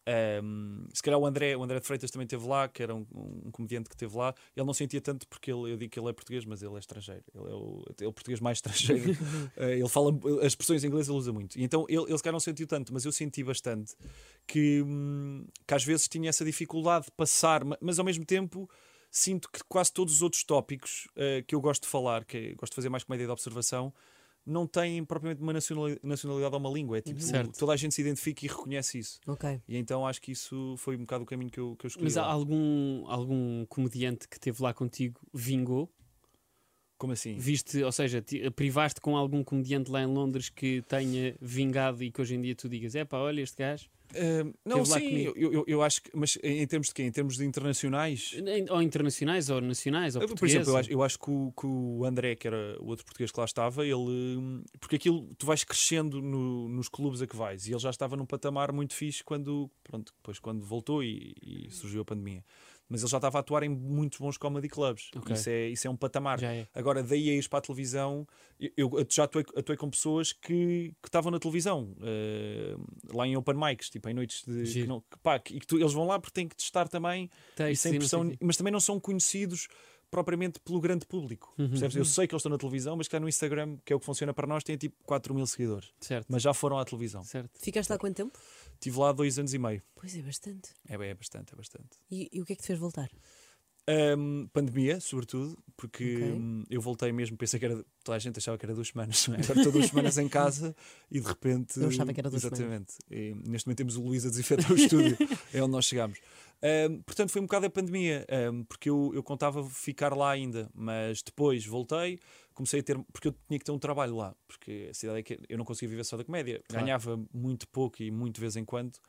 ehm, se calhar o André, o André de Freitas também esteve lá, que era um, um comediante que esteve lá. Ele não sentia tanto porque ele, eu digo que ele é português, mas ele é estrangeiro. Ele é o, é o português mais estrangeiro. Eh, ele fala, as expressões em inglês ele usa muito. E então ele, ele se calhar não sentiu tanto, mas eu senti bastante que, hum, que às vezes tinha essa dificuldade de passar, ma- mas ao mesmo tempo sinto que quase todos os outros tópicos eh, que eu gosto de falar, que eu gosto de fazer mais comédia de observação, não têm propriamente uma nacionali- nacionalidade ou uma língua. É tipo, Certo. toda a gente se identifica e reconhece isso. Ok. E então acho que isso foi um bocado o caminho que eu, que eu escolhi. Mas há lá. algum, algum comediante que esteve lá contigo vingou? Como assim? Viste, ou seja, ti- privaste com algum comediante lá em Londres que tenha vingado e que hoje em dia tu digas: é pá, olha este gajo. Ahm, Eh, não, Teve lá sim, eu, comigo. eu, eu acho que. Mas em em termos de quê? Em termos de internacionais? Em- Ou internacionais, ou nacionais, ou Eu, Por exemplo, eu portugueses. acho, eu acho que, o, que o André, que era o outro português que lá estava, ele. hum, Porque aquilo, tu vais crescendo no- nos clubes a que vais. E ele já estava num patamar muito fixe quando. Pronto, depois quando voltou e, e surgiu a pandemia. Mas ele já estava a atuar em muito bons comedy clubs. Ok. Isso, é, isso é um patamar. Já é. Agora, daí a ires para a televisão, eu, eu já atuei, atuei com pessoas que que estavam na televisão, eh, lá em open mics, tipo em noites de. Que Giro. não- que pá, que- e que tu- eles vão lá porque têm que testar também e Textos sem e não sei pressão, o ni- quê. mas também não são conhecidos propriamente pelo grande público. Percebes? Eu sei que eles estão na televisão, mas cá no Instagram, que é o que funciona para nós, tem tipo 4 mil seguidores. Certo, Mas já foram à televisão. certo. Ficaste lá quanto tempo? Estive lá dois anos e meio. Pois é, bastante. É, bem, é bastante, é bastante. E, e o que é que te fez voltar? Ahm, pandemia, sobretudo, porque Ok. hum, eu voltei mesmo, pensei que era. Toda a gente achava que era duas semanas, não é? Agora estou duas semanas em casa e de repente. Eu achava que era duas Exatamente. E, neste momento temos o Luís a desinfetar o estúdio, é onde nós chegámos. Ahm, portanto, foi um bocado a pandemia, ahm, porque eu, eu contava ficar lá ainda, mas depois voltei, comecei a ter. Porque eu tinha que ter um trabalho lá, porque a cidade é que eu não conseguia viver só da comédia. Claro. Ganhava muito pouco e muito de vez em quando.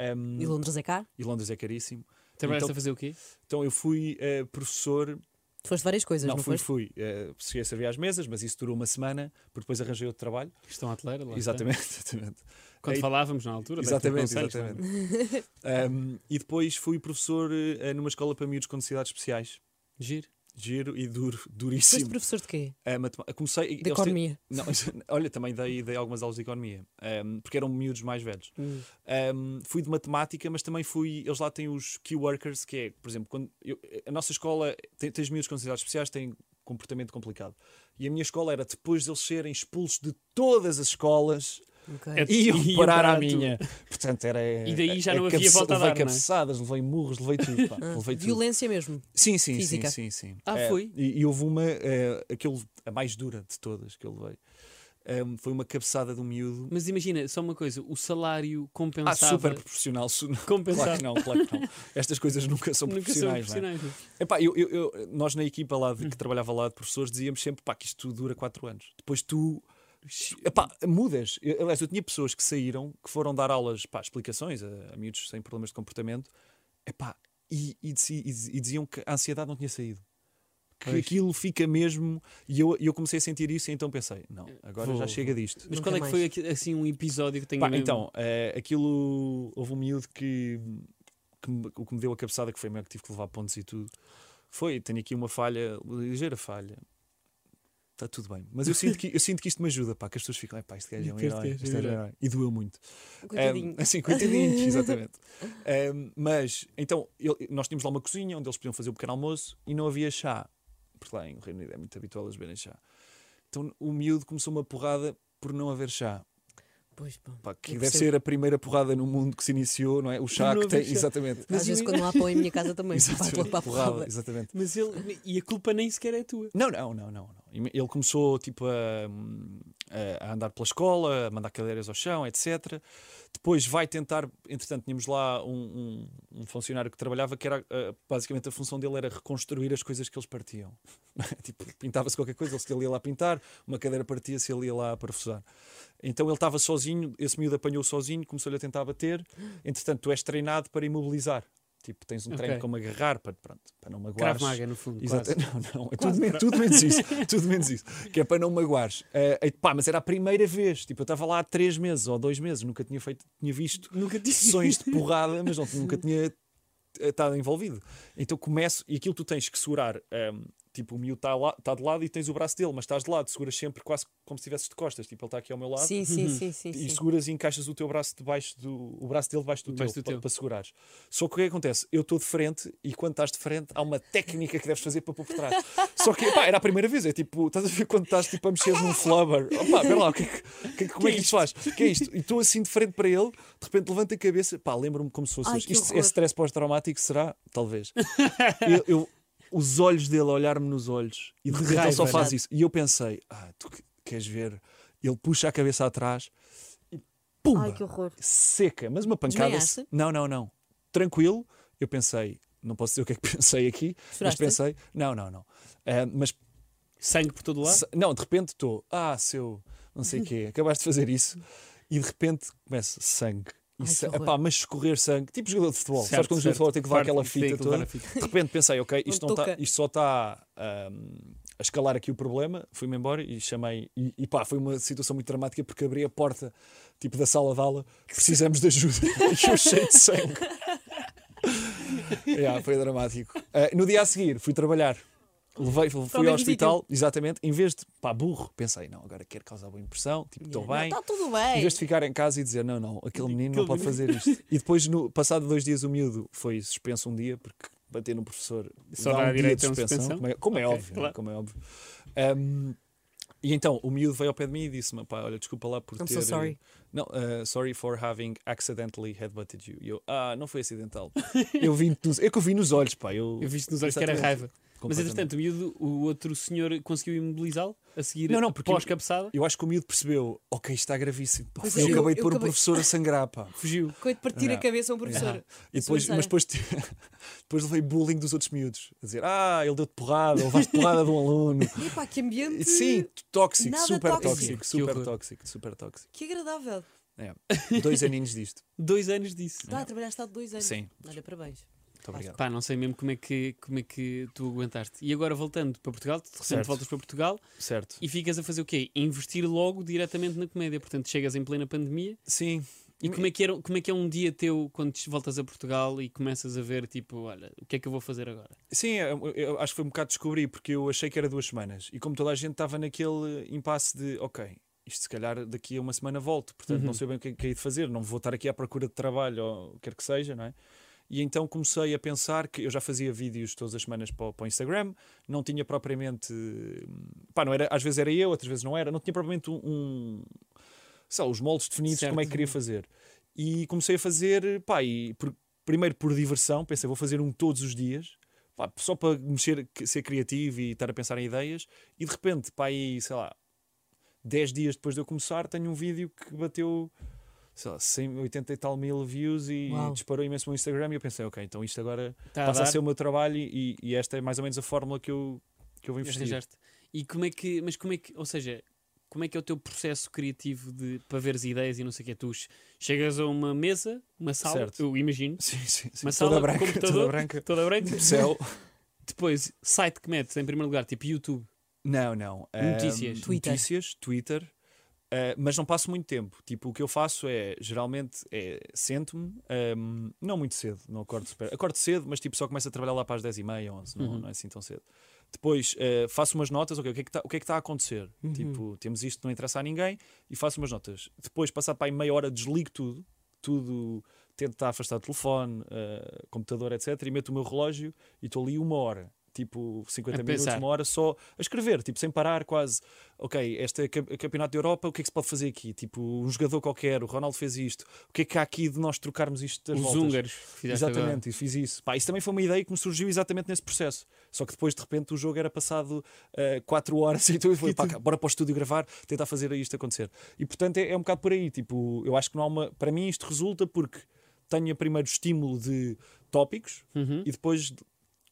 ahm, E Londres é cá? e Londres é caríssimo. Trabalhaste Então- a fazer o quê? Então eu fui eh, professor Foste várias coisas, não, não, fui, foste? fui. Eh, cheguei a servir às mesas, mas isso durou uma semana, porque depois arranjei outro trabalho. Questão atleira lá. está. exatamente, exatamente. Quando Ei, falávamos na é altura. deste Exatamente, conselho, está. exatamente. Ahm, e depois fui professor eh, numa escola para miúdos com necessidades especiais. Giro. Giro e duro, Foste duríssimo. professor de quê? Ah, matema- comecei. De eles têm- economia. Não, olha, também dei, dei algumas aulas de economia, ahm, porque eram miúdos mais velhos. Hum. Um, fui de matemática, mas também fui. Eles lá têm os key workers, que é, por exemplo, quando eu- a nossa escola tem, tens miúdos com necessidades especiais, têm comportamento complicado. E a minha escola era depois de eles serem expulsos de todas as escolas, Ok. É- iam iam parar parar à a minha. Portanto, era. E daí já é não havia cabeça- volta a Levei dar, não é? cabeçadas, levei murros, levei tudo. pá, Ah, levei tudo. Um, violência mesmo. Sim, sim, Física. sim, sim, sim. Ah, Eh, foi? E, e houve uma, eh, aquele, a mais dura de todas que eu levei. Um, foi uma cabeçada de um miúdo. Mas imagina, só uma coisa, o salário Ah, compensava. super proporcional. su- Claro compensava. que não, claro que não. Estas coisas nunca são Nunca são profissionais. não é? profissionais. não é? Epá, eu- eu- eu- nós na equipa lá de, que trabalhava lá de professores dizíamos sempre pá, que isto dura 4 anos. Depois tu epá, mudas. Eu- Aliás, eu tinha pessoas que saíram, que foram dar aulas, pá, explicações a, a miúdos sem problemas de comportamento epá, e, e dizi- e dizi- e diziam que a ansiedade não tinha saído. Que Pois. aquilo fica mesmo. E eu, e eu comecei a sentir isso e então pensei: não, agora Vou- já chega disto. Mas Nunca qual é que mais. foi aqui- assim um episódio que tenho Pá, mesmo- então, eh, aquilo. Houve um miúdo que, que me, o que me deu a cabeçada, que foi meu que tive que levar pontos e tudo. Foi, tenho aqui uma falha, ligeira falha. Está tudo bem. Mas eu sinto que, eu sinto que isto me ajuda, pá, que as pessoas ficam, "É, pá, este gajo é um Este herói. gajo é este gajo é um herói." E doeu muito. Coitadinho. Um, assim, coitadinhos, exatamente. Um, mas, então, ele- nós tínhamos lá uma cozinha onde eles podiam fazer o pequeno almoço e não havia chá. Porque lá em Reino Unido é muito habitual eles beberem chá. Então o miúdo começou uma porrada por não haver chá. Pois, pá. Pá, Eu que deve percebo. ser a primeira porrada no mundo que se iniciou, não é? O chá Não que tem. havia chá. Exatamente. Mas Às eu- vezes quando não há pão em minha casa também. Vai Exatamente. logo para a porrada. exatamente. Mas ele. E a culpa nem sequer é tua. Não, não, não, não, não. Ele começou tipo a, hum, a- a andar pela escola, a mandar cadeiras ao chão, etc. Depois vai tentar, entretanto, tínhamos lá um, um- um funcionário que trabalhava que era ah, basicamente a função dele era reconstruir as coisas que eles partiam. tipo, pintava-se qualquer coisa, ele ia lá pintar, uma cadeira partia-se, ele ia lá parafusar. Então ele estava sozinho, esse miúdo apanhou sozinho, começou-lhe a tentar bater. Entretanto, tu és treinado para imobilizar. Tipo, tens um treino Ok. como agarrar para, pronto, para não magoares. Cravo Maga, no fundo. Exato. quase. Não, não. É tudo, men- tudo menos isso. tudo menos isso. Que é para não magoares. Eh, eh, pá, mas era a primeira vez. Tipo, eu estava lá há três meses ou dois meses. Nunca tinha feito, tinha visto Nunca tive. sessões de porrada, mas não, nunca tinha eh, estado envolvido. Então começo e aquilo tu tens que segurar. ehm, tipo, o miúdo está lá- está de lado e tens o braço dele, mas estás de lado. Seguras sempre quase como se estivesses de costas. Tipo, ele está aqui ao meu lado Sim, sim, sim, sim. e sim. seguras e encaixas o teu braço debaixo do o braço dele debaixo do, Debaixo teu, do pa- teu. para segurares. Só que o que é que acontece? Eu estou de frente e quando estás de frente há uma técnica que deves fazer para pôr por trás. Só que pá, era a primeira vez, é tipo, estás a ver quando estás tipo, a mexer num flubber. Opa, pera lá, o que é que- que- como é que isto faz? O que é isto? E estou assim de frente para ele, de repente levanto a cabeça, pá, lembro-me como se fosse Ai, hoje. que isto é horror. stress pós-traumático, será? Talvez. Eu- eu- os olhos dele a olhar-me nos olhos e de repente ele só raiva. faz né? isso. E eu pensei, ah, tu que- queres ver? Ele puxa a cabeça atrás e pumba, Ai, que horror. seca, mas uma pancada. Desmaiaste? Não, não, não. Tranquilo, eu pensei, não posso dizer o que é que pensei aqui, mas Choraste? pensei, não, não, não. Ah, mas Sangue por todo lado. se- não, de repente estou, ah, seu, não sei o quê, acabaste de fazer isso, e de repente começa sangue. E Ai, que sa- horror. epá, mas escorrer sangue, tipo jogador de futebol, sabes Certo, quando o jogador certo. de futebol tem que levar Parte aquela que tem fita que levar toda? a fita. De repente pensei, ok, isto, Não não tá- toca. isto só está ahm, a escalar aqui o problema. Fui-me embora e chamei. E, e pá, foi uma situação muito dramática porque abri a porta tipo da sala de aula. Precisamos de ajuda. e eu cheio de sangue. Yeah, foi dramático. Ah, no dia a seguir, fui trabalhar. Levei, fui mesmo ao hospital, exatamente. Em vez de, pá, burro, pensei, não, agora quero causar boa impressão, tipo, estou bem. Está tá tudo Em bem. vez de ficar em casa e dizer não, não, aquele menino não Aquele pode fazer isto. E depois, no, passado dois dias, o miúdo foi suspenso um dia, porque bater num professor Só dá dá um dia de direito a uma suspensão, suspensão? como é, como é Ok, óbvio. claro. Como é óbvio. Ahm, E então o miúdo veio ao pé de mim e disse-me: pá, olha, desculpa lá por I'm ter. so sorry. Não, eh, sorry for having accidentally headbutted you. E eu, ah, não foi acidental. eu vi nos, é que eu vi nos olhos, pá. Eu, Eu vi-te nos olhos que era Exatamente. raiva. Mas entretanto, o, miúdo- o outro senhor conseguiu imobilizá-lo a seguir Não, não, porque- pós-cabeçada. Eu acho que o miúdo percebeu, ok, está gravíssimo. Pá, Pois eu é, eu- acabei de eu pôr o acabei- professor a sangrar, pá. Fugiu. Coito de partir Yeah. a cabeça a um professor. Yeah. E A depois, sobrancelha. mas depois, depois levei bullying dos outros miúdos. A dizer, ah, ele deu-te porrada, ou levaste porrada de um aluno. Epá, que ambiente. Sim, t- tóxico, Nada super tóxico. tóxico, Que super horror. tóxico, super tóxico. Que agradável. É. Dois aninhos disto. Dois anos disso. Pá, trabalhaste há dois anos. Sim. Olha, parabéns. Muito obrigado. Pá, não sei mesmo como é, que, como é que tu aguentaste. E agora voltando para Portugal, de repente Certo. voltas para Portugal Certo. e ficas a fazer o quê? Investir logo diretamente na comédia. Portanto, chegas em plena pandemia. Sim. E como é, que era, como é que é um dia teu quando te- voltas a Portugal e começas a ver, tipo, olha, o que é que eu vou fazer agora? Sim, eu, eu acho que foi um bocado descobrir, porque eu achei que era duas semanas. E como toda a gente estava naquele impasse de, ok, isto se calhar daqui a uma semana volto, portanto Uhum. não sei bem o que é que hei de fazer, não vou estar aqui à procura de trabalho ou o que quer que seja, não é? E então comecei a pensar que eu já fazia vídeos todas as semanas para, o- para o Instagram, não tinha propriamente. hum, Pá, não era, às vezes era eu, outras vezes não era, não tinha propriamente um. um sei lá, os moldes definidos de como é que Certo. queria fazer. E comecei a fazer, pá, e por- primeiro por diversão, pensei, vou fazer um todos os dias, pá, só para mexer, que- ser criativo e estar a pensar em ideias, e de repente, pá, aí, sei lá, 10 dias depois de eu começar, tenho um vídeo que bateu, sei lá, 180 e tal mil views e Uau. disparou imenso o meu Instagram, e eu pensei, ok, então isto agora Tá passa a dar? ser o meu trabalho e, e esta é mais ou menos a fórmula que eu, que eu vou investir. Arranjaste. E como é que, mas como é que, ou seja, como é que é o teu processo criativo de, para veres ideias e não sei o que é? Tu chegas a uma mesa, uma sala, Certo. eu imagino, Sim, sim, sim. uma toda sala, branca, toda computador, branca. toda branca. Céu. Depois, site que metes em primeiro lugar, tipo YouTube. Não, não. Ahm, Notícias. Twitter. Notícias, Twitter. Ah, mas não passo muito tempo. Tipo, o que eu faço é, geralmente, é, sento-me, ahm, não muito cedo, não acordo super. Acordo cedo, mas tipo, só começo a trabalhar lá para as 10h30, 11 não, Uhum. não é assim tão cedo. Depois ah, faço umas notas, ok, o que é que está a acontecer? Uhum. Tipo, temos isto, não interessa a ninguém, e faço umas notas. Depois, passado para aí meia hora, desligo tudo, tudo, tento estar afastado do telefone, ah, computador, etc. E meto o meu relógio e estou ali uma hora, tipo 50 A minutos, pensar. uma hora só a escrever, tipo, sem parar, quase. Ok, este é cam- campeonato da Europa, o que é que se pode fazer aqui? Tipo, um jogador qualquer, o Ronaldo fez isto, o que é que há aqui de nós trocarmos isto das Os voltas? húngaros. que fizeste agora. Exatamente, e fiz isso. Pá, isso também foi uma ideia que me surgiu exatamente nesse processo. Só que depois, de repente, o jogo era passado 4 horas e então eu falei, pá, cá, bora para o estúdio gravar, tentar fazer isto acontecer. E portanto é, é um bocado por aí. Tipo, eu acho que não há uma. Para mim, isto resulta porque tenho primeiro o estímulo de tópicos Hum? Uhum. e depois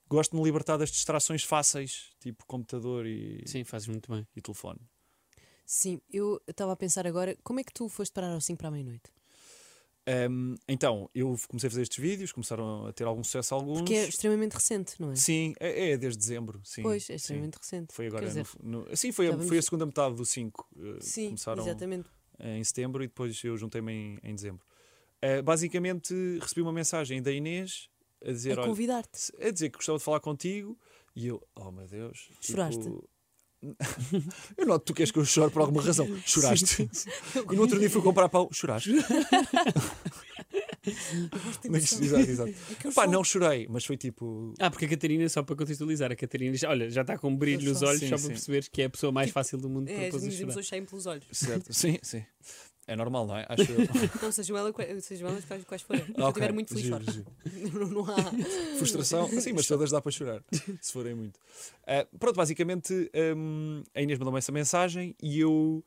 gosto de me libertar das distrações fáceis, tipo computador e, Sim, fazes muito bem. e telefone. Sim, eu estava a pensar agora, como é que tu foste parar ao 5 para a meia-noite? Ahm, então, eu comecei a fazer estes vídeos, começaram a ter algum sucesso alguns. Porque é extremamente recente, não é? Sim, é, é desde dezembro. Sim, pois, é sim. extremamente recente. Foi agora. Quer dizer, no- no- sim, foi, a- já vamos- foi a segunda metade do 5. eh, sim, Começaram exatamente. em setembro e depois eu juntei-me em, em dezembro. Eh, basicamente, recebi uma mensagem da Inês a dizer: a olha, convidar-te. se- a dizer que gostava de falar contigo e eu, oh meu Deus. tipo, Choraste? eu noto que tu queres que eu chore por alguma razão. Choraste. e no outro dia fui comprar pão, choraste. exato, exato. É Pá, não chorei, mas foi tipo. Ah, porque a Catarina, só para contextualizar, a Catarina, já- olha, já está com um brilho Eu nos só- olhos, Sim, só para assim, sim. Tipo, perceberes que é a pessoa mais fácil do mundo É, para as pôs a minhas chorar. emoções saem pelos olhos. Certo, sim, sim. É normal, não é? Acho eu. Então, sejam ela qua- sejam elas quais, quais forem. Se eu Ok, estiver muito feliz, giro, choro. giro. Não, não há. Frustração, Ah, sim, mas todas dá para chorar, se forem muito. Ah, pronto, basicamente, hum, a Inês mandou-me essa mensagem e eu.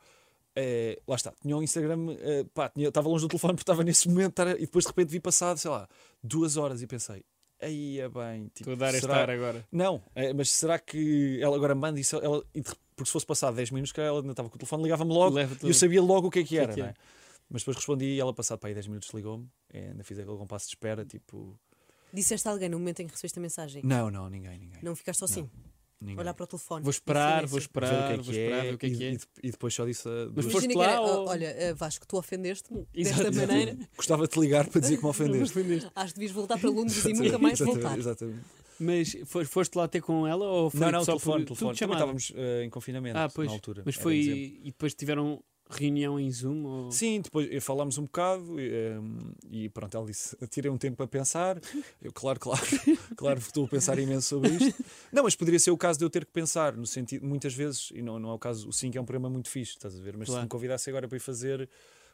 eh, lá está, tinha um Instagram, eh, pá, tinha- estava longe do telefone porque estava nesse momento estava- e depois de repente vi passado, sei lá, duas horas e pensei, aí é bem, tipo, Estou a dar esta será- hora agora. Não, eh, mas será que ela agora manda isso? Ela, e de- porque se fosse passado 10 minutos, cara, ela ainda estava com o telefone, ligava-me logo Leva-te e eu logo. sabia logo o que é que é era, que não é? Mas depois respondi e ela, passado para aí 10 minutos, ligou-me, eh, ainda fiz aquele compasso de espera, tipo, Disseste a alguém no momento em que recebeste a mensagem. não, não, ninguém, ninguém. Não ficaste só assim, Ninguém. olhar para o telefone. Vou esperar, em silêncio. vou esperar, ver o vou que é que esperar, é, ver o que é que e, é. e de- e depois só disse a duas- foste Imagina que lá era, ou- "Oh, olha, ah, Vasco, tu ofendeste-me desta Exato. maneira, Gostava de te ligar para dizer que me ofendeste. acho que devias voltar para Londres e nunca mais Exatamente, voltar. Exatamente. Mas fo- foste lá ter com ela ou foi Não, não, só telefone, por, tudo telefone. Também chamada? estávamos eh, em confinamento Ah, pois. na altura. Mas era foi. em dezembro. E depois tiveram. reunião em Zoom? Ou... Sim, depois eh, falámos um bocado eh, um, e pronto, ela disse: tirei um tempo a pensar. Eu, claro, claro, claro, estou a pensar imenso sobre isto. Não, mas poderia ser o caso de eu ter que pensar, no sentido, muitas vezes, e não, não é o caso, o 5 é um programa muito fixe, estás a ver? Mas se Claro. me convidasse agora para ir fazer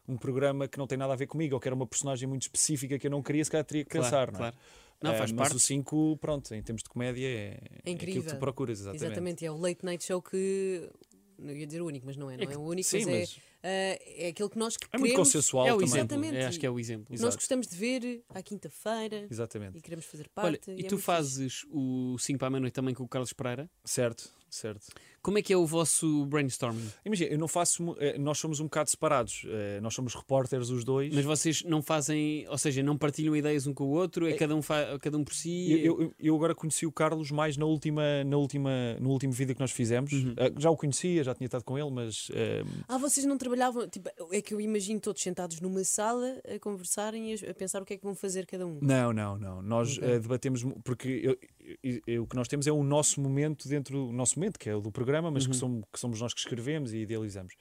um programa que não tem nada a ver comigo ou que era uma personagem muito específica que eu não queria, se calhar teria que Claro, pensar, não é? claro. Não, Ah, faz mas parte. o 5, pronto, em termos de comédia, é, é aquilo que incrível. tu procuras, exatamente. Exatamente, é o late night show que. Não ia dizer o único, mas não é, não é, que- o único, Sim, mas, mas É, ah, é aquilo que nós é queremos. muito consensual É o também. exemplo. Exatamente. é, acho que é o exemplo. Nós Exato. gostamos de ver à quinta-feira Exatamente. e queremos fazer Olha, parte. e é tu muito fazes o 5 para a meia-noite também com o Carlos Pereira. Certo, certo. Como é que é o vosso brainstorming? Imagina, eu não faço. mu- eh, Nós somos um bocado separados. eh, Nós somos repórteres os dois. Mas vocês não fazem, ou seja, não partilham ideias um com o outro, é, cada, um fa- cada um por si. Eu, eu- eu agora conheci o Carlos mais na última, na última, no último vídeo que nós fizemos. Ah, Já o conhecia, já tinha estado com ele, mas eh, Ah, vocês não trabalhavam? Tipo, é que eu imagino todos sentados numa sala a conversarem e a- a pensar o que é que vão fazer cada um. não, não, não. Nós Ok. eh, debatemos mu- porque eu- eu- eu- o que nós temos é o nosso momento dentro do nosso momento, que é o do programa, mas Uhum. que, somos, que somos nós que escrevemos e idealizamos.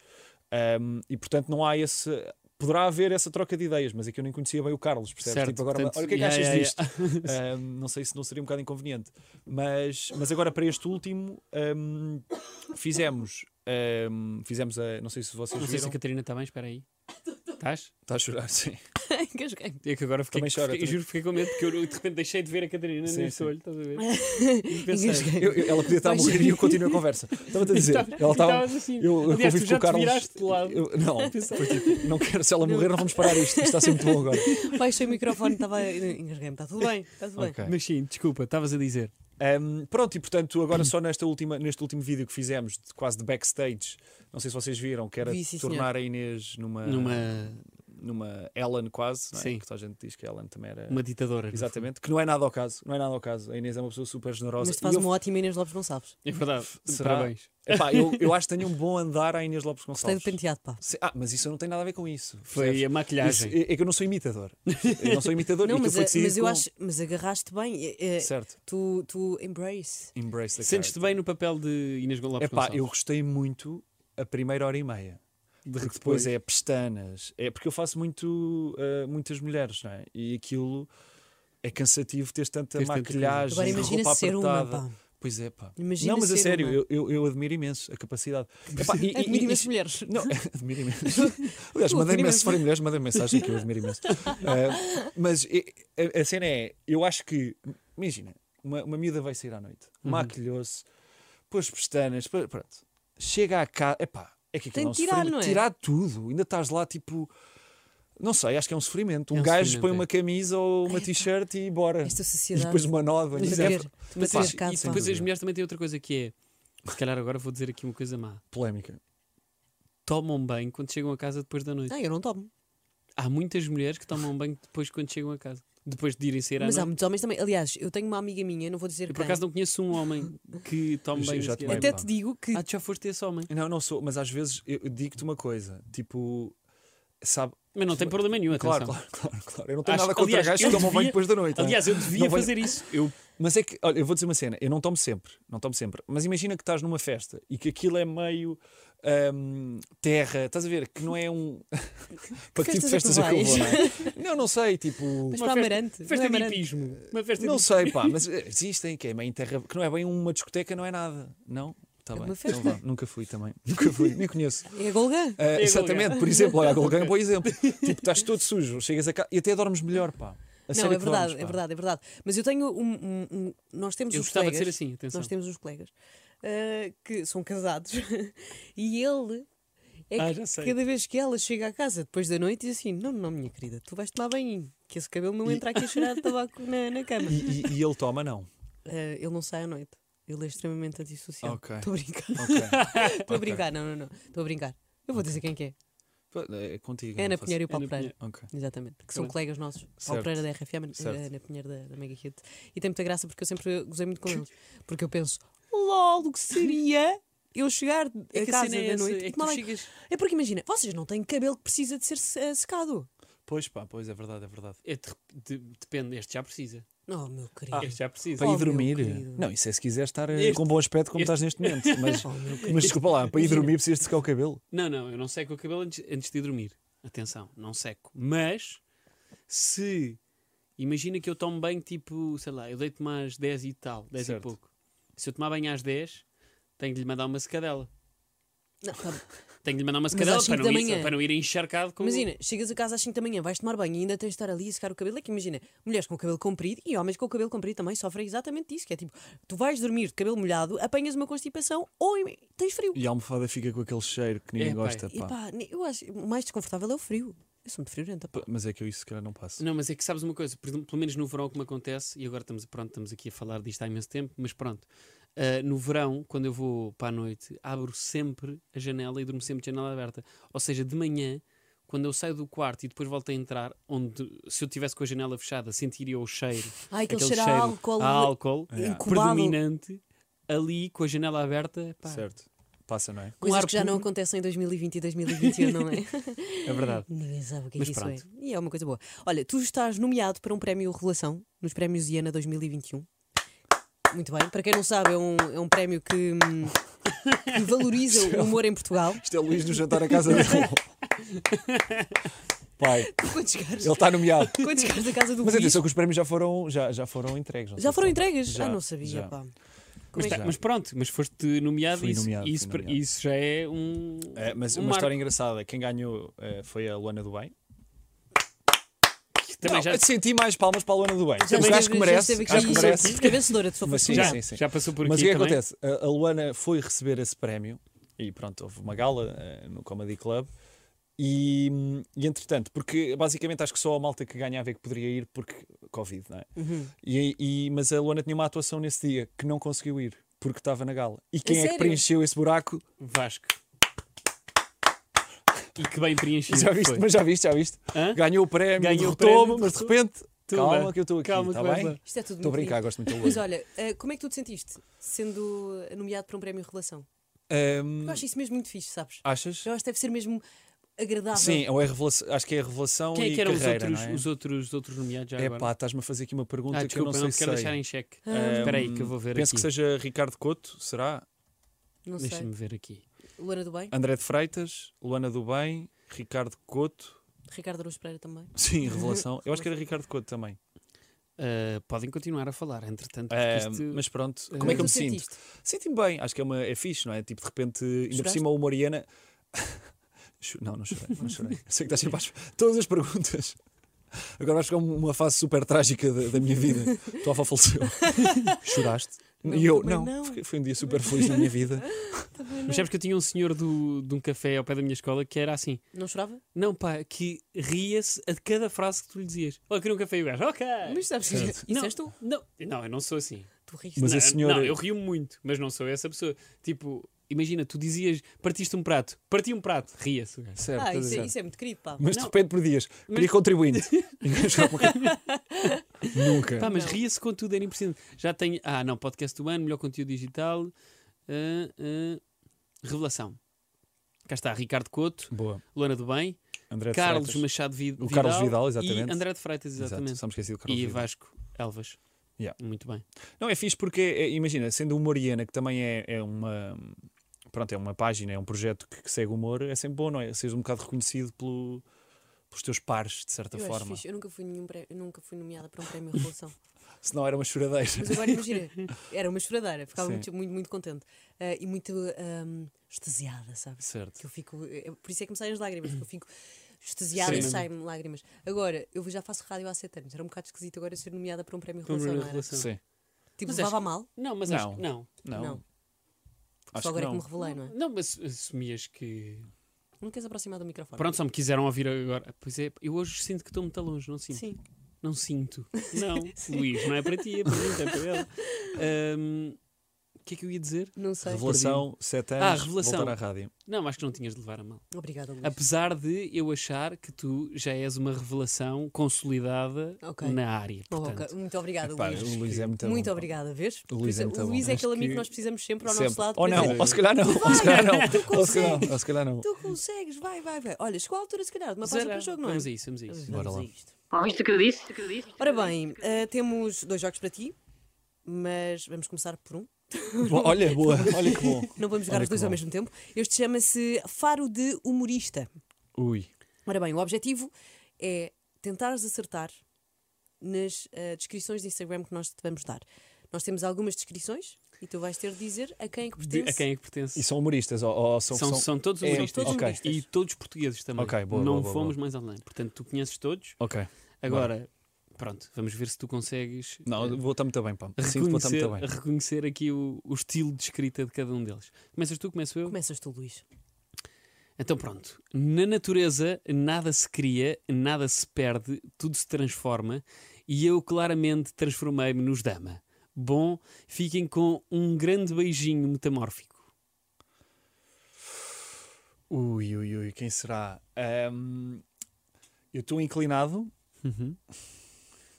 Ahm, e portanto não há esse. Poderá haver essa troca de ideias, mas é que eu nem conhecia bem o Carlos, percebes? Certo, tipo, agora, portanto, olha o que é que yeah, achas yeah, disto? Ahm, não sei se não seria um bocado inconveniente. Mas, mas agora para este último ahm, fizemos. ahm, fizemos a. Não sei se vocês Não sei se viram. a Catarina está bem, espera aí. Estás? Está a chorar, sim. Engasguei. É que agora fiquei, Também chora, fiquei- também. juro que fiquei com medo porque eu de repente deixei de ver a Catarina Sim, neste sim. olho, estás a ver? E pensei, Engasguei. Eu- eu- ela podia estar a Mas- morrer e eu continuo a conversa. Estava-te a dizer. Estava- Ela estava. estavas assim. Eu, eu Aliás, tu convivo com já o te Carlos. viraste de lado. eu- não, foi tipo, não quero. Se ela morrer, não vamos parar isto. Isto está sempre bom agora. Baixei o microfone, estava. a- Engasguei-me, está tudo bem, está tudo bem. Ok. Mas sim, desculpa, estavas a dizer. Um, pronto, e portanto, agora só nesta última, neste último vídeo que fizemos, de, quase de backstage, não sei se vocês viram, que era Vi, sim, senhor. tornar a Inês numa, Numa numa Ellen quase, não é? Sim. que toda a gente diz que a Ellen também era. uma ditadora. no Exatamente, que não é nada ao caso, não é nada ao caso. A Inês é uma pessoa super generosa. Mas tu E fazes eu, uma ótima Inês Lopes Gonçalves. fundo. É verdade. Será? Parabéns. Epá, eu, eu acho que tenho um bom andar à Inês Lopes Gostei do Gonçalves. é penteado, pá. Se- Ah, mas isso não tem nada a ver com isso. Foi percebes? a Isso- maquilhagem. é, é que eu não sou imitador. é Eu não sou imitador e Não, aquilo mas, foi a- decidido mas eu com- acho. Mas agarraste bem. é- é- Certo, tu, tu embrace. embrace the Sentes-te bem no papel de Inês Lopes É pá, eu Gonçalves? gostei muito a primeira hora e meia. De Porque depois é pestanas. É porque eu faço muito ah, muitas mulheres, não é? E aquilo é cansativo ter tanta Tens tanta coisa. maquilhagem, Agora imagina roupa ser uma, apertada. pá. Pois é, pá. Imagina não, mas a ser sério, uma. eu, eu, eu admiro imenso a capacidade. Epá, e- e- Admiro e- as mulheres. Não, admiro imenso. Aliás, Tu mandei admiras imenso, se forem mulheres, mandei mensagem que eu admiro imenso. Ah, mas e- a, a cena é, eu acho que, imagina, uma, uma miúda vai sair à noite, Uhum. maquilhou-se, pôs pestanas, pô- pronto, chega à casa, epá, é que Tem aquilo é um que tirar, sofrimento, não é? tirar tudo, ainda estás lá tipo. Não sei, acho que é um sofrimento. Um É um gajo sofrimento, põe é. uma camisa ou uma t-shirt e bora. Esta E sociedade. depois uma nova. de não sei, matriar- é de Mas depois- matriarcado, e pá. depois as mulheres também têm outra coisa que é. Se calhar agora vou dizer aqui uma coisa má. Polémica. Tomam banho quando chegam a casa depois da noite. Ah, eu não tomo. Há muitas mulheres que tomam banho depois quando chegam a casa. Depois de irem sair à Mas há noite. muitos homens também. Aliás, eu tenho uma amiga minha, não vou dizer Eu que por acaso não conheço um homem que tome Eu banho. já a seguir. tomei Até Bem, te pá. digo Então, que. Ah, tu já foste esse homem. Não, não sou, mas às vezes eu eu digo-te uma coisa, tipo, sabe, Mas não tem problema nenhum, Claro, atenção. claro, claro, claro. Eu não tenho Acho- nada contra aliás, gajos eu que tomam devia- banho depois da noite. não é? Aliás, eu devia Não vai- fazer isso. Eu Mas é que, olha, eu vou dizer uma cena, eu não tomo sempre, não tomo sempre. Mas imagina que estás numa festa e que aquilo é meio hum, terra, estás a ver? Que não é um. Para que tipo de festas festas é é que que eu tu vou, não é? Não, não sei, tipo. Mas uma para festa- Amarante. não é Festa de Amarante. hipismo. Uma festa Não de... sei, pá, mas eh, existem, que é meio terra, que não é bem uma discoteca, não é nada. Não? Está É bem. uma então festa. vá. Nunca fui também. Nunca fui, nem conheço. É a Golgã. Ah, É exatamente, Golgã. por exemplo, olha, alguém é um bom exemplo. Tipo, estás todo sujo, chegas a casa e até dormes melhor, pá. Não, A sério é que verdade, dormes, é pá. verdade, é verdade. Mas eu tenho um. um- um- nós temos Eu uns gostava de ser colegas- assim, atenção. Nós temos uns colegas ah, que são casados e ele. É Ah, que já sei. cada vez que ela chega à casa depois da noite diz assim: Não, não, minha querida, tu vais tomar banho, que esse cabelo não entra aqui a cheirar de tabaco na, na cama. E, e- e ele toma, não. Ah, ele não sai à noite. Ele é extremamente antissocial. Ok. Estou a brincar. Ok. Estou a brincar, não, não, não. Estou a brincar. Eu vou dizer quem que é. Pô, É contigo. Ana não faço- Pinheiro e o Paulo Ana Pereira. Ok. Exatamente. Que são Pronto. colegas nossos. Paulo Certo. Pereira da RFM, Certo. Ana Pinheiro da, da Mega Hit. E tem muita graça porque eu sempre gozei muito com eles. Porque eu penso, lol, o que seria eu É chegar É a assim casa da noite e tomar banho? chegas... É porque imagina, vocês não têm cabelo que precisa de ser se- eh, secado. Pois pá, pois é verdade, é verdade. É, de- de- depende, este já precisa. Oh, meu querido. Ah. Este já precisa. Para Oh, ir meu dormir. querido. Não, isso é se quiseres estar eh, Este- com bom aspecto como este- estás neste momento. Mas, Oh, meu querido. mas desculpa lá, para ir dormir precisas de secar o cabelo. Não, não, eu não seco o cabelo antes, antes de ir dormir. Atenção, não seco. Mas se imagina que eu tomo banho tipo, sei lá, eu deito-me às 10 e tal, 10 Certo. e pouco. Se eu tomar banho às 10, tenho de lhe mandar uma secadela. Não, tá- Tenho de lhe mandar uma Mas secadela às para cinco não, da ir, manhã. para não ir encharcado com. Imagina, chegas a casa às 5 da manhã, vais tomar banho e ainda tens de estar ali a secar o cabelo. É que imagina, mulheres com o cabelo comprido e homens com o cabelo comprido também sofrem exatamente isso. Que é tipo, tu vais dormir de cabelo molhado, apanhas uma constipação ou im- tens frio. E a almofada fica com aquele cheiro que ninguém É, pá, gosta. E pá. pá, ne- eu acho o mais desconfortável é o frio. Eu sou muito friorenta. pá. P- Mas é que eu isso se calhar não passo. Não, mas é que sabes uma coisa, por exemplo, pelo menos no verão o que me acontece, e agora estamos, pronto, estamos aqui a falar disto há imenso tempo, mas pronto, ah, no verão, quando eu vou para a noite, abro sempre a janela e durmo sempre de janela aberta. Ou seja, de manhã, quando eu saio do quarto e depois volto a entrar, onde se eu tivesse com a janela fechada, sentiria o cheiro, Ai, aquele, aquele cheiro a álcool, a álcool Yeah. incubado, predominante, ali com a janela aberta, pá, Certo. Passa, não é? coisas ar que já não puro. acontecem em 2020 e 2021, não é? é verdade. Ninguém sabe o que é Mas que isso pronto. é. E é uma coisa boa. Olha, tu estás nomeado para um prémio Relação nos Prémios IANA 2021. Muito bem. Para quem não sabe, é um, é um prémio que, hum, que valoriza o humor em Portugal. Isto é o Luís no jantar à casa dele. Pai, Quando chegares, ele está nomeado. quando chegares à casa do Mas Luís, atenção que os prémios já foram, já, já foram entregues. não já sei foram se- entregas? Já, ah, não sabia, já. pá. Como Mas, é que- tá- mas pronto, mas foste nomeado, Fui isso, nomeado, isso, fui pra- nomeado. isso já é um. É, mas um uma marco. história engraçada. Quem ganhou eh, foi a Luana do Bem. Também Não, já, eu senti mais palmas para a Luana do Bem. Já Mas esteve- acho que já merece. esteve aqui Acho que e- merece. Fiquei é vencedora de sua Mas fortuna. sim, já, sim, sim. já passou por Mas aqui o que é que também. acontece? A a Luana foi receber esse prémio e pronto, houve uma gala eh, no Comedy Club. E, e entretanto, porque basicamente acho que só a malta que ganhava é que poderia ir porque Covid, não é? Uhum. E, e- mas a Luana tinha uma atuação nesse dia que não conseguiu ir porque estava na gala. E quem é que sério? preencheu esse buraco? Vasco. E que bem preenchido. Já viste, foi. mas já viste, já viste. Hã? Ganhou o prémio, Ganhou o derrotou-me, prémio, mas de repente, Tudo calma tá bem. que eu estou aqui, Calma está que vais bem? lá. Isto é tudo Estou a muito brincar, lindo. gosto muito da Mas Luana. olha, eh, como é que tu te sentiste sendo nomeado para um prémio Relação? Ahm, Eu acho isso mesmo muito fixe, sabes? achas? Eu acho que deve ser mesmo agradável. Sim, ou é revelação, acho que é revelação Quem é e que eram os carreira, outros, não é? os outros, os outros nomeados já É agora? pá, estás-me a fazer aqui uma pergunta ah, que eu desculpa, não não, sei te se quero sei. deixar em xeque. Ahm, Espera aí que eu vou ver Penso aqui. que seja Ricardo Couto, será? Não sei. Deixa-me ver aqui. Luana do Bem, André de Freitas, Luana do Bem, Ricardo Couto. Ricardo Araújo Pereira também. Sim, revelação. Eu acho que era Ricardo Couto também. Ah, podem continuar a falar, entretanto. porque Ahm, isto- Ah, mas pronto, Como como é que eu tu me sinto? sentiste? Sinto-me bem, acho que é, uma, é fixe, não é? Tipo, de repente, ainda por Choraste? cima, o Mariana. Cho- não, não chorei, não chorei. Eu sei que estás sempre às... Todas as perguntas. Agora vais chegar a um, uma fase super trágica da, da minha vida. Tua avó faleceu. Choraste? Não, e eu, também não, não. Foi, foi um dia super feliz na minha vida. Mas sabes que eu tinha um senhor do, de um café ao pé da minha escola que era assim. Não chorava? Não, pá, que ria-se a cada frase que tu lhe dizias. Olha, queria um café e o gajo, ok. É, Mas sabes que Certo. isso não, és tu. Não, não, eu não sou assim. Tu riste. Mas não, a senhora- não, eu rio muito, mas não sou essa pessoa. Tipo, imagina, tu dizias, partiste um prato, parti um prato, ria-se. o gajo. Certo, Ah, estás a isso é, ver? isso é muito querido, pá. Mas Não. de repente perdias. Queria contribuinte. E o gajo ficava com- Nunca. Pá, mas Não. ria-se com tudo, era impressionante. Já tem, ah, não, podcast do ano, melhor conteúdo digital, ah, ah, revelação. Cá está, Ricardo Couto, Boa. Luana do Bem, André de Carlos Freitas. Machado Vid O Vidal, Carlos Vidal, e exatamente. André de Freitas, exatamente. Exato, só me esqueci do Carlos E Vidal. Vasco Elvas. Yeah. Muito bem. Não, é fixe porque, é, imagina, sendo humor Iena, que também é, é uma. Pronto, é uma página, é um projeto que, que segue o humor, é sempre bom, não é? Seres um bocado reconhecido pelo- pelos teus pares, de certa Eu, acho forma. fixe. eu nunca fui, nenhum pré- eu nunca fui nomeada para um prémio Revolução. Se não era uma choradeira. Mas agora imagina, era uma choradeira, ficava Sim. muito, muito, muito contente Ah, e muito ahm, extasiada, sabes? Certo. Que eu fico, é- por isso é que me saem as lágrimas, porque eu fico extasiada Sim. e saem-me lágrimas. Agora, eu já faço rádio há sete anos, era um bocado esquisito agora ser nomeada para um prémio Para um Revolução, prémio não era? Revelação. Sim. Tipo, Mas levava acho a mal? Não, mas acho Não. que não. Não. Não. Acho Só agora que é que não. me revelei, não é? Não, mas assumias que. Não queres aproximar do microfone? Pronto, só me quiseram ouvir agora. Pois é, eu hoje sinto que estou muito longe, não sinto. Sim. Não sinto. Não, Luís, não é para ti, é para mim, é para ela. Ahm, O que é que eu ia dizer? Não sei. Revelação, sete anos, Ah, revelação. voltar à rádio. Não, acho que não tinhas de levar a mal. Obrigada, É Luís. Apesar de eu achar que tu já és uma revelação consolidada Ok. na área. Oh, Portanto, ok. Muito obrigada, Pá, Luís. o Luís é muito, muito bom. obrigada, vês? O Luís é Por muito isso, o bom. Luís é Acho aquele amigo que que nós precisamos sempre ao nosso Sempre. lado. Ou para não, dizer, ou se calhar não. Ou se calhar não. tu Ou se calhar, consegues. ou se calhar não. Tu consegues, vai, vai, vai. Olha, chegou a altura, se calhar, de uma pausa Zara, para o jogo, não é? Vamos a isso, vamos a isso. Vamos Bora a lá. isto. Bom, isto que eu disse. Ora bem, eh, temos dois jogos para ti, mas vamos começar por um. Olha, boa, olha que bom. Não podemos jogar Olha os dois que ao bom. mesmo tempo. Este chama-se Faro de Humorista. Ui. Ora bem, o objetivo é tentares acertar nas ah, descrições de Instagram que nós te vamos dar. Nós temos algumas descrições e tu vais ter de dizer a quem é que De- pertence. a quem é que pertence? E são humoristas, ou, ou são, São, são, todos é, humoristas. ok. humoristas. E todos portugueses também. Ok, boa, Não boa, boa, fomos mais além. Portanto, tu conheces todos. Ok. Agora, pronto, vamos ver se tu consegues Não, eh, vou estar muito bem, pá. Sinto que vou estar reconhecer, muito bem. reconhecer aqui o, o estilo de escrita de cada um deles. Começas tu, começo eu? Começas tu, Luís. Então pronto. Na natureza, nada se cria, nada se perde, tudo se transforma e eu claramente transformei-me nos dama. Bom, fiquem com um grande beijinho metamórfico. Ui, ui, ui, quem será? Ahm, eu estou inclinado, Uhum.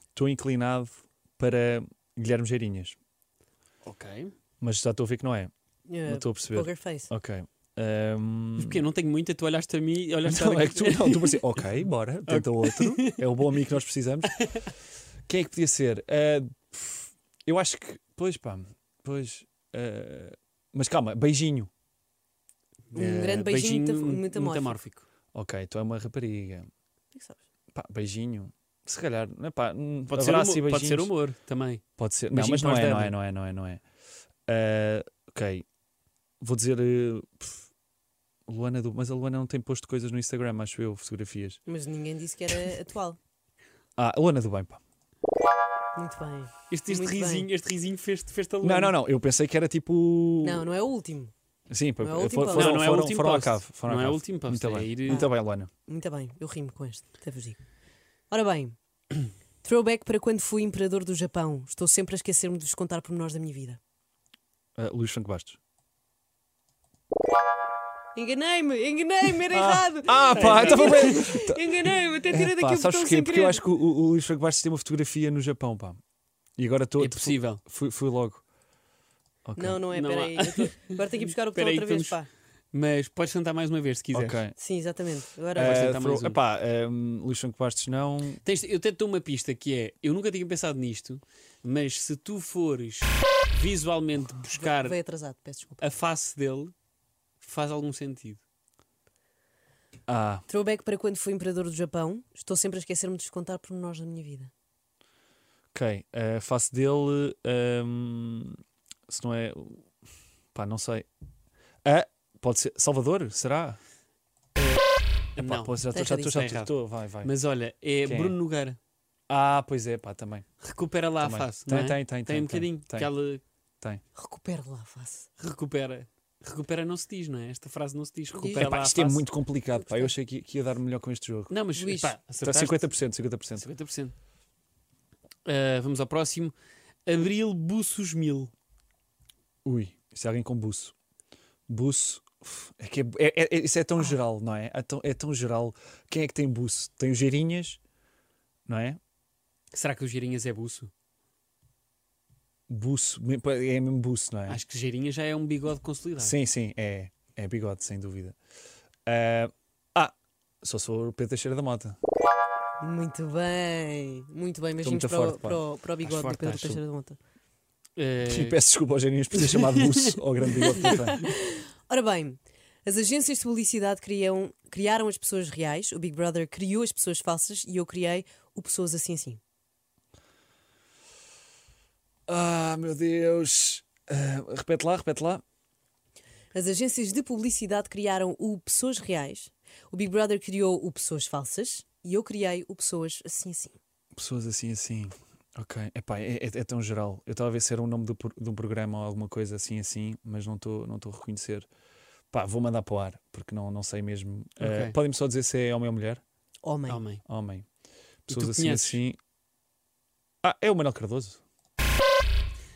estou inclinado para Guilherme Geirinhas, Ok. mas já estou a ver que não é, não Ah, estou a perceber. Poker Face. Ok. Ahm, Porque eu não tenho muita, tu olhaste a mim e olhaste Não, a é que tu, não, tu parecia, ok, bora, tenta outro, é o bom amigo que nós precisamos. Quem é que podia ser? Ah, pff, eu acho que, pois pá, pois, ah, mas calma, beijinho. Um grande beijinho, metamórfico. Eh, metamórfico. Ok, tu é uma rapariga. O que é que sabes? Pá, beijinho. Se calhar, não é pá, hum, Pode, ser abraço e humor, pode ser beijinhos. humor também. Pode ser. Não, Beijinho mas não para os é, não Dama. é, não é, não é, não é. Ah, ok. Vou dizer. eh, pff, Luana do. Mas a Luana não tem posto coisas no Instagram, acho eu, fotografias. Mas ninguém disse que era atual. Ah, a Luana do Bem, pá. Muito bem. Este, este Muito bem. risinho, este risinho fez-te fez Não, não, não. Eu pensei que era tipo. Não, não é o último. Sim, pá, não é o último for- post. foram, Não, não é o foram, último foram post. à cave. Foram Não à é o cave. último post, Muito é bem. ir- Muito bem, Luana. Muito bem, eu rimo com este, até vos digo. Ora bem, throwback para quando fui imperador do Japão. Estou sempre a esquecer-me de vos contar pormenores da minha vida. Ah, Luís Franco Bastos. Enganei-me, enganei-me, era errado. É, Ah, pá, estava bem. É, Enganei-me, até tirei um daqui Pá, o sabes botão porquê? sem Porque eu querer. acho que o, o Luís Franco Bastos tem uma fotografia no Japão, pá. E agora estou. É possível. Fui, fui logo. Ok. Não, não é, Não há. então peraí. Eu tô- Agora tenho que ir buscar o botão Espera aí outra que vez, pá. Mas podes tentar mais uma vez se quiseres. Ok. Sim, exatamente. Agora, Vais Ah, tentar mais throw- um. epá, ah, Luís Franco Bastos não. Tens- eu até te dou uma pista que é: eu nunca tinha pensado nisto, mas se tu fores visualmente buscar veio atrasado, peço desculpa. a face dele, faz algum sentido. Ah, Throwback para quando fui imperador do Japão. Estou sempre a esquecer-me de vos contar pormenores da minha vida. ok. A face dele. ahm, se não é. Pá, não sei. Ah, pode ser. Salvador? Será? Epá, Não. pô, já estou, Deixa já disso, estou, já está errado. estou. Vai, vai. Mas olha, é Quem é? Bruno Nogueira. Ah, pois é, pá, também. Recupera lá também. a face. Tem, não é? tem, tem, Tem um bocadinho. tem. Que ela Recupero lá a face. recupera. Recupera não se diz, não é? Esta frase não se diz. Recupera Epá, lá a isto é face. muito complicado, pá. Eu achei que, que ia dar melhor com este jogo. Tá, Não, mas Luís. pá, Está acertaste. 50%, 50%. 50%. Ah, vamos ao próximo. Abril Bussos Mil. Ui, isso é alguém com buço. Buço. uf, É que é, é- é- isso é Ah. tão geral, não é? É tão, é tão geral. Quem é que tem buço? Tem os geirinhas, não é? Será que o Girinhas é buço? Buço, me- pá, é mesmo buço, não é? Acho que Girinhas já é um bigode consolidado. Sim, sim, é, é bigode, sem dúvida. Ah, ah, só sou o Pedro Teixeira da Mota. Muito bem, muito bem. Beijinhos muito para, o- forte, pá. para, o- para o bigode forte, do Pedro acho. Teixeira da Monta. Ah, E peço desculpa aos geirinhas por ter chamado buço ao grande bigode que ele tem. Ora bem, as agências de publicidade criam, criaram as pessoas reais, o Big Brother criou as pessoas falsas e eu criei o Pessoas Assim Assim. Ah, meu Deus. Ah, repete lá, repete lá. As agências de publicidade criaram o Pessoas Reais, o Big Brother criou o Pessoas Falsas e eu criei o Pessoas Assim Assim. Pessoas assim, assim. Ok. Epá, é, é, é tão geral. Eu estava a ver se era o nome do pro- de um programa ou alguma coisa assim, assim, mas não estou não estou a reconhecer. Pá, vou mandar para o ar, porque não, não sei mesmo. Eh, Ok. Podem-me só dizer se é homem ou mulher? Homem. Homem. Homem. tu Pessoas assim, conheces? assim. Ah, é o Manuel Cardoso.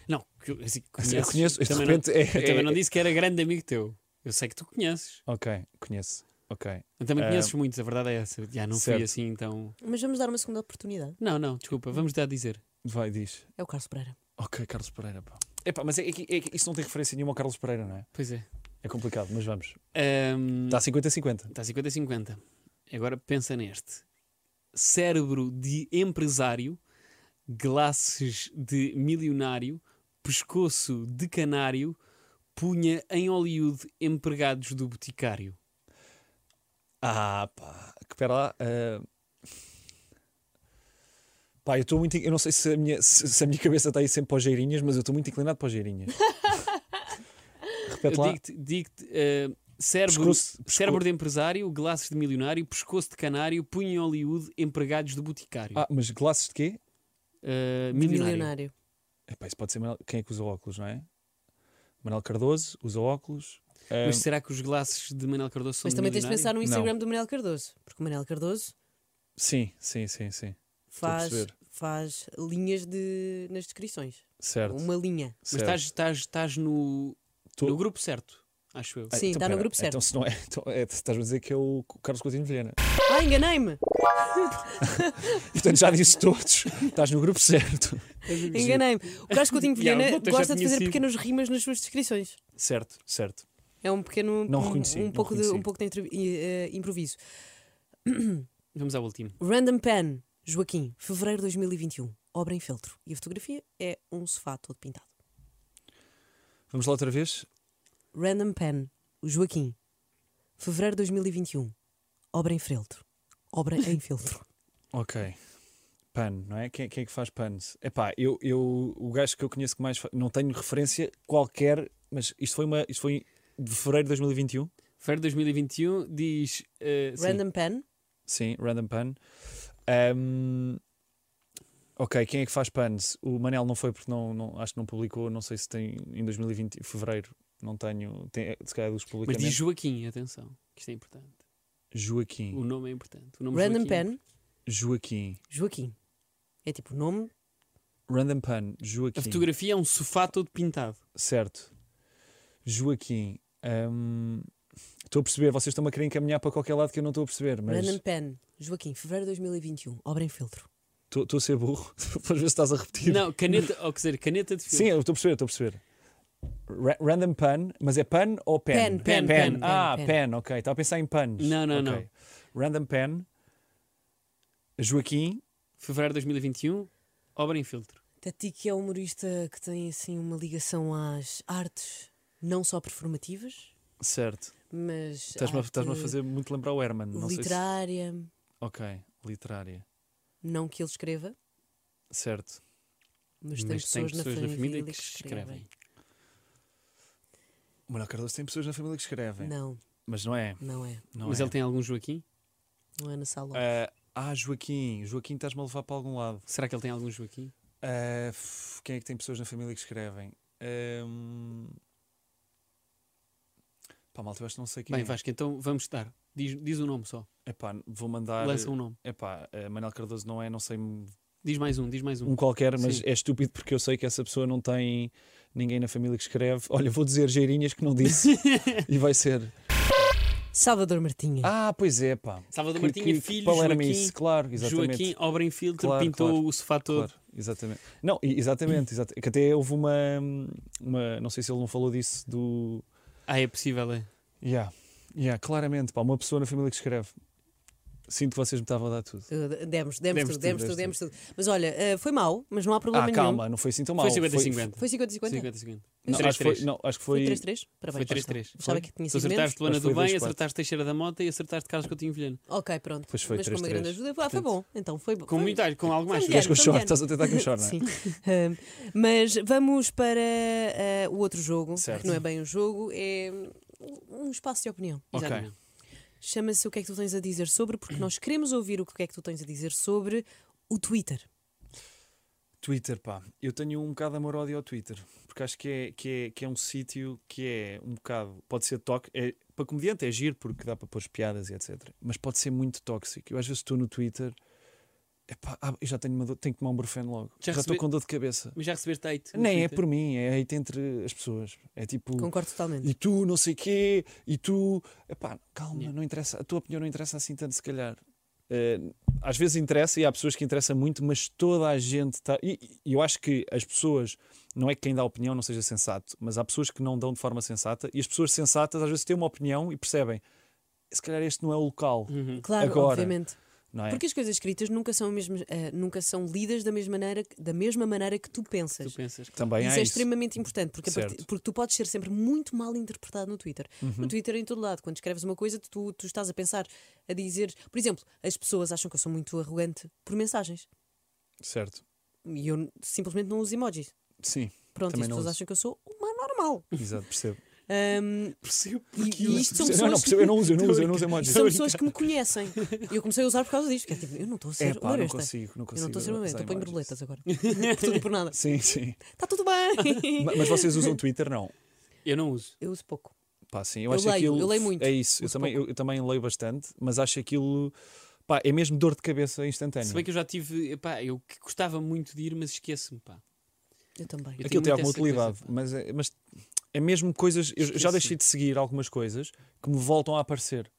Não, que eu- assim, eu conheces. conheço, de Também não- repente. é, Eu também é- não disse que era grande amigo teu. Eu sei que tu conheces. Ok, conheço. Ok. Eu também Ah, conheces muitos, a verdade é essa. Já não certo. fui assim, então. Mas vamos dar uma segunda oportunidade. Não, não, desculpa, vamos dar a dizer. Vai, diz. É o Carlos Pereira. Ok, Carlos Pereira, pá. Epá, mas é, que- é que isso não tem referência nenhuma ao Carlos Pereira, não é? Pois é. É complicado, mas vamos. Ahm, Tá Está 50-50. Está 50-50. Agora pensa neste. cérebro de empresário, glasses de milionário, pescoço de canário, punha em Hollywood empregados do boticário. Ah, pá, que pera lá. ah. Pá, eu estou muito. in- Eu não sei se a minha, se, se a minha cabeça está aí sempre para os geirinhas, mas eu estou muito inclinado para os geirinhas. Eu Repete lá. digo-te, digo-te, eh, cérebro, Pescoço- cérebro de empresário, glasses de milionário, pescoço de canário, punha em Hollywood empregados do boticário. Ah, mas glasses de quê? Eh, De milionário. milionário. Epá, isso pode ser Manel- quem é que usa óculos, não é? Manuel Cardoso usa óculos. Ah, Mas será que os glasses de Manuel Cardoso são Mas de também tens de milionário? pensar no Instagram do Manel Cardoso, porque o Manel Cardoso Sim, sim, sim, sim. a faz, perceber. faz linhas de, nas descrições. Certo. Uma linha. Mas certo. estás, estás, estás no, Tô- no grupo certo, acho eu. Ah, Sim, está no pera, grupo certo. Então, se não é, então, é, estás a dizer que é o Carlos Coutinho de Vilhena. Ah, enganei-me! Portanto, já disse todos, estás no grupo certo. Enganei-me. O Carlos Coutinho de Yeah, Vilhena eu já gosta de tinha fazer sido. pequenos rimas nas suas descrições. Certo, certo. É um pequeno. Não um- reconheci, um, não pouco de, reconheci. um pouco de entrev- i- eh, improviso. Vamos ao último. Random Pen, Joaquim, fevereiro de 2021. Obra em feltro. E a fotografia é um sofá todo pintado. Vamos lá outra vez? Random Pen, Joaquim, fevereiro de 2021. Obra em feltro. Obra em feltro. Ok. Pan, não é? Quem, quem é que faz panos? Epá, eu, eu, o gajo que eu conheço que mais. fa- Não tenho referência qualquer, mas isto foi, uma, isto foi de fevereiro de 2021. Fevereiro de 2021 diz. eh, sim. Random Pen, Sim, Random Pan. Ahm, ok, quem é que faz panos? O Manel não foi porque não, não, acho que não publicou, não sei se tem em 2020, fevereiro. Não tenho. Tem, se calhar é Mas dos diz publicamentos. Joaquim, atenção, que isto é importante. Joaquim. O nome é importante. O nome Random Joaquim. Pen, Joaquim. Joaquim. É tipo o nome. Random Pan, A Joaquim. fotografia é um sofá todo pintado. Certo. Joaquim. hum, Estou a perceber, vocês estão-me a querer encaminhar para qualquer lado que eu não estou a perceber, mas Random Pen, Joaquim, fevereiro de 2021. Obra em feltro. estou estou a ser burro. Depois ver se estás a repetir. Não, caneta, ou quer dizer, caneta de filme. Sim, eu estou a perceber, eu estou a perceber. Ra- random pan, mas é pan ou Pen, pen? pen, pen, pen, Ah, pen. pen, ok. Estava a pensar em pans. Não, não, Ok. Random pan, Joaquim, Fevereiro de 2021, obra em filtro. Até ti que é um humorista que tem assim uma ligação às artes, não só performativas, certo. mas. Estás-me a, arte estás-me a fazer muito lembrar o Herman. Não sei se- Literária. Ok, literária. Não que ele escreva, Certo. mas, tem pessoas, na, família que escrevem. O Manuel Cardoso tem pessoas na família que escrevem, Não, mas não é. não é. não Mas é. ele tem algum Joaquim? Não é na sala. Ah, ah, Joaquim, Joaquim, estás-me a levar para algum lado. Será que ele tem algum Joaquim? Ah, f- quem é que tem pessoas na família que escrevem? Ahm, Pá, malta, eu acho que não sei quem Bem, é. Vasco, então vamos dar. Diz, diz um nome só. Epá, vou mandar. Lança um nome. Epá, ah, Manuel Cardoso não é, não sei um Diz mais um, diz mais um. qualquer, mas Sim. é estúpido porque eu sei que essa pessoa não tem ninguém na família que escreve. Olha, vou dizer Geirinhas que não disse e vai ser. Salvador Martinha. Ah, pois é, pá. Salvador Que- Martinha, que- que filho, palermo Joaquim, isso, claro, exatamente. Joaquim, obra em filtro, Claro, pintou claro, o sofá todo. Claro, exatamente. Não, e- exatamente, exata- que até houve uma, uma- Não sei se ele não falou disso do. Ah, é possível, é. Yeah, yeah, claramente, pá, uma pessoa na família que escreve. Sinto que vocês me estavam a dar tudo. Uh, de- Demos, demos, tudo, demos tudo, demos tudo. Mas olha, uh, foi mau, mas não há problema Ah, nenhum. calma, não foi assim tão mal. Foi 50-50. Foi 50 e 50? 50-50. Não, acho que 3-3. foi. Não, acho que Foi foi. 3-3? Tá Foi Parabéns. 3-3. Achava que tinha Tu sido menos. acertaste Luana Mas foi do Bem, 2-4. acertaste Teixeira da Mota e acertaste Carlos Coutinho Vilhena. Ok, pronto. Pois foi mas com uma grande 3-3. ajuda. Ah, foi bom. Então foi bom. Com, foi... muita, com algo mais. foi Queres que eu Foi chore? mediano. Estás a tentar que eu chore, não é? Sim. Ahm, mas vamos para ah, o outro jogo, Certo. que não é bem um jogo, é um espaço de opinião. Ok. Exatamente. Chama-se O que é que tu tens a dizer sobre, porque nós queremos ouvir o que é que tu tens a dizer sobre o Twitter. Twitter, pá. Eu tenho um bocado de amor-ódio ao Twitter. Porque acho que é, que é, que é um sítio que é um bocado. Pode ser tóxico. É, para comediante é giro porque dá para pôr piadas e etc. Mas pode ser muito tóxico. Eu às vezes estou no Twitter. Epá, ah, eu já tenho uma dor, tenho que tomar um brufeno logo. Já Já, estou recebi- com dor de cabeça. Mas já recebeste hate? no Nem é Twitter? por mim, é hate entre as pessoas. É tipo. um Concordo totalmente. E tu, não sei quê, e tu. Epá, calma, Yeah. não interessa. A tua opinião não interessa assim tanto, se calhar. Eh, às vezes interessa e há pessoas que interessa muito, mas toda a gente está. E, e eu acho que as pessoas. Não é que quem dá opinião não seja sensato, mas há pessoas que não dão de forma sensata e as pessoas sensatas às vezes têm uma opinião e percebem. Se calhar este não é o local. Uhum. Claro, Agora. obviamente. não é? Porque as coisas escritas nunca são, mesmo, eh, nunca são lidas da mesma maneira, da mesma maneira que tu pensas. Tu pensas. Também isso há é isso. extremamente importante, porque, a partir- Certo. Uhum. porque tu podes ser sempre muito mal interpretado no Twitter. No Twitter, é em todo lado, quando escreves uma coisa, tu, tu estás a pensar, a dizer. Por exemplo, as pessoas acham que eu sou muito arrogante por mensagens Certo. e eu simplesmente não uso emojis. Sim, Pronto, Também as não pessoas uso. acham que eu sou uma normal. exato, percebo. Ahm, Percebo. e, e isto são Percebo. não, não, pessoas, percebo, eu não uso, eu não uso, eu não uso isto emojis. são pessoas que me conhecem. E eu comecei a usar por causa disto. que é tipo, eu não estou a ser. É pá, olha não esta. consigo, não eu consigo. não estou a ser uma usar eu ponho emojis. borboletas agora. por tudo e por nada. Sim, sim. Está tudo bem. Ma- Mas vocês usam Twitter, não? Eu não uso. Eu uso pouco. Pá, sim, Eu eu, acho leio, aquilo. eu leio muito, É isso, eu uso também, eu, eu também leio bastante, mas acho aquilo. Pá, é mesmo dor de cabeça instantânea. Se bem que eu já tive. Epá, eu que gostava muito de ir, mas esqueço-me. Pá. Eu também. Eu tenho Aquilo tem muito alguma essa coisa, utilidade, pá. mas, é, mas é mesmo coisas. Eu já Esquece. deixei de seguir algumas coisas que me voltam a aparecer.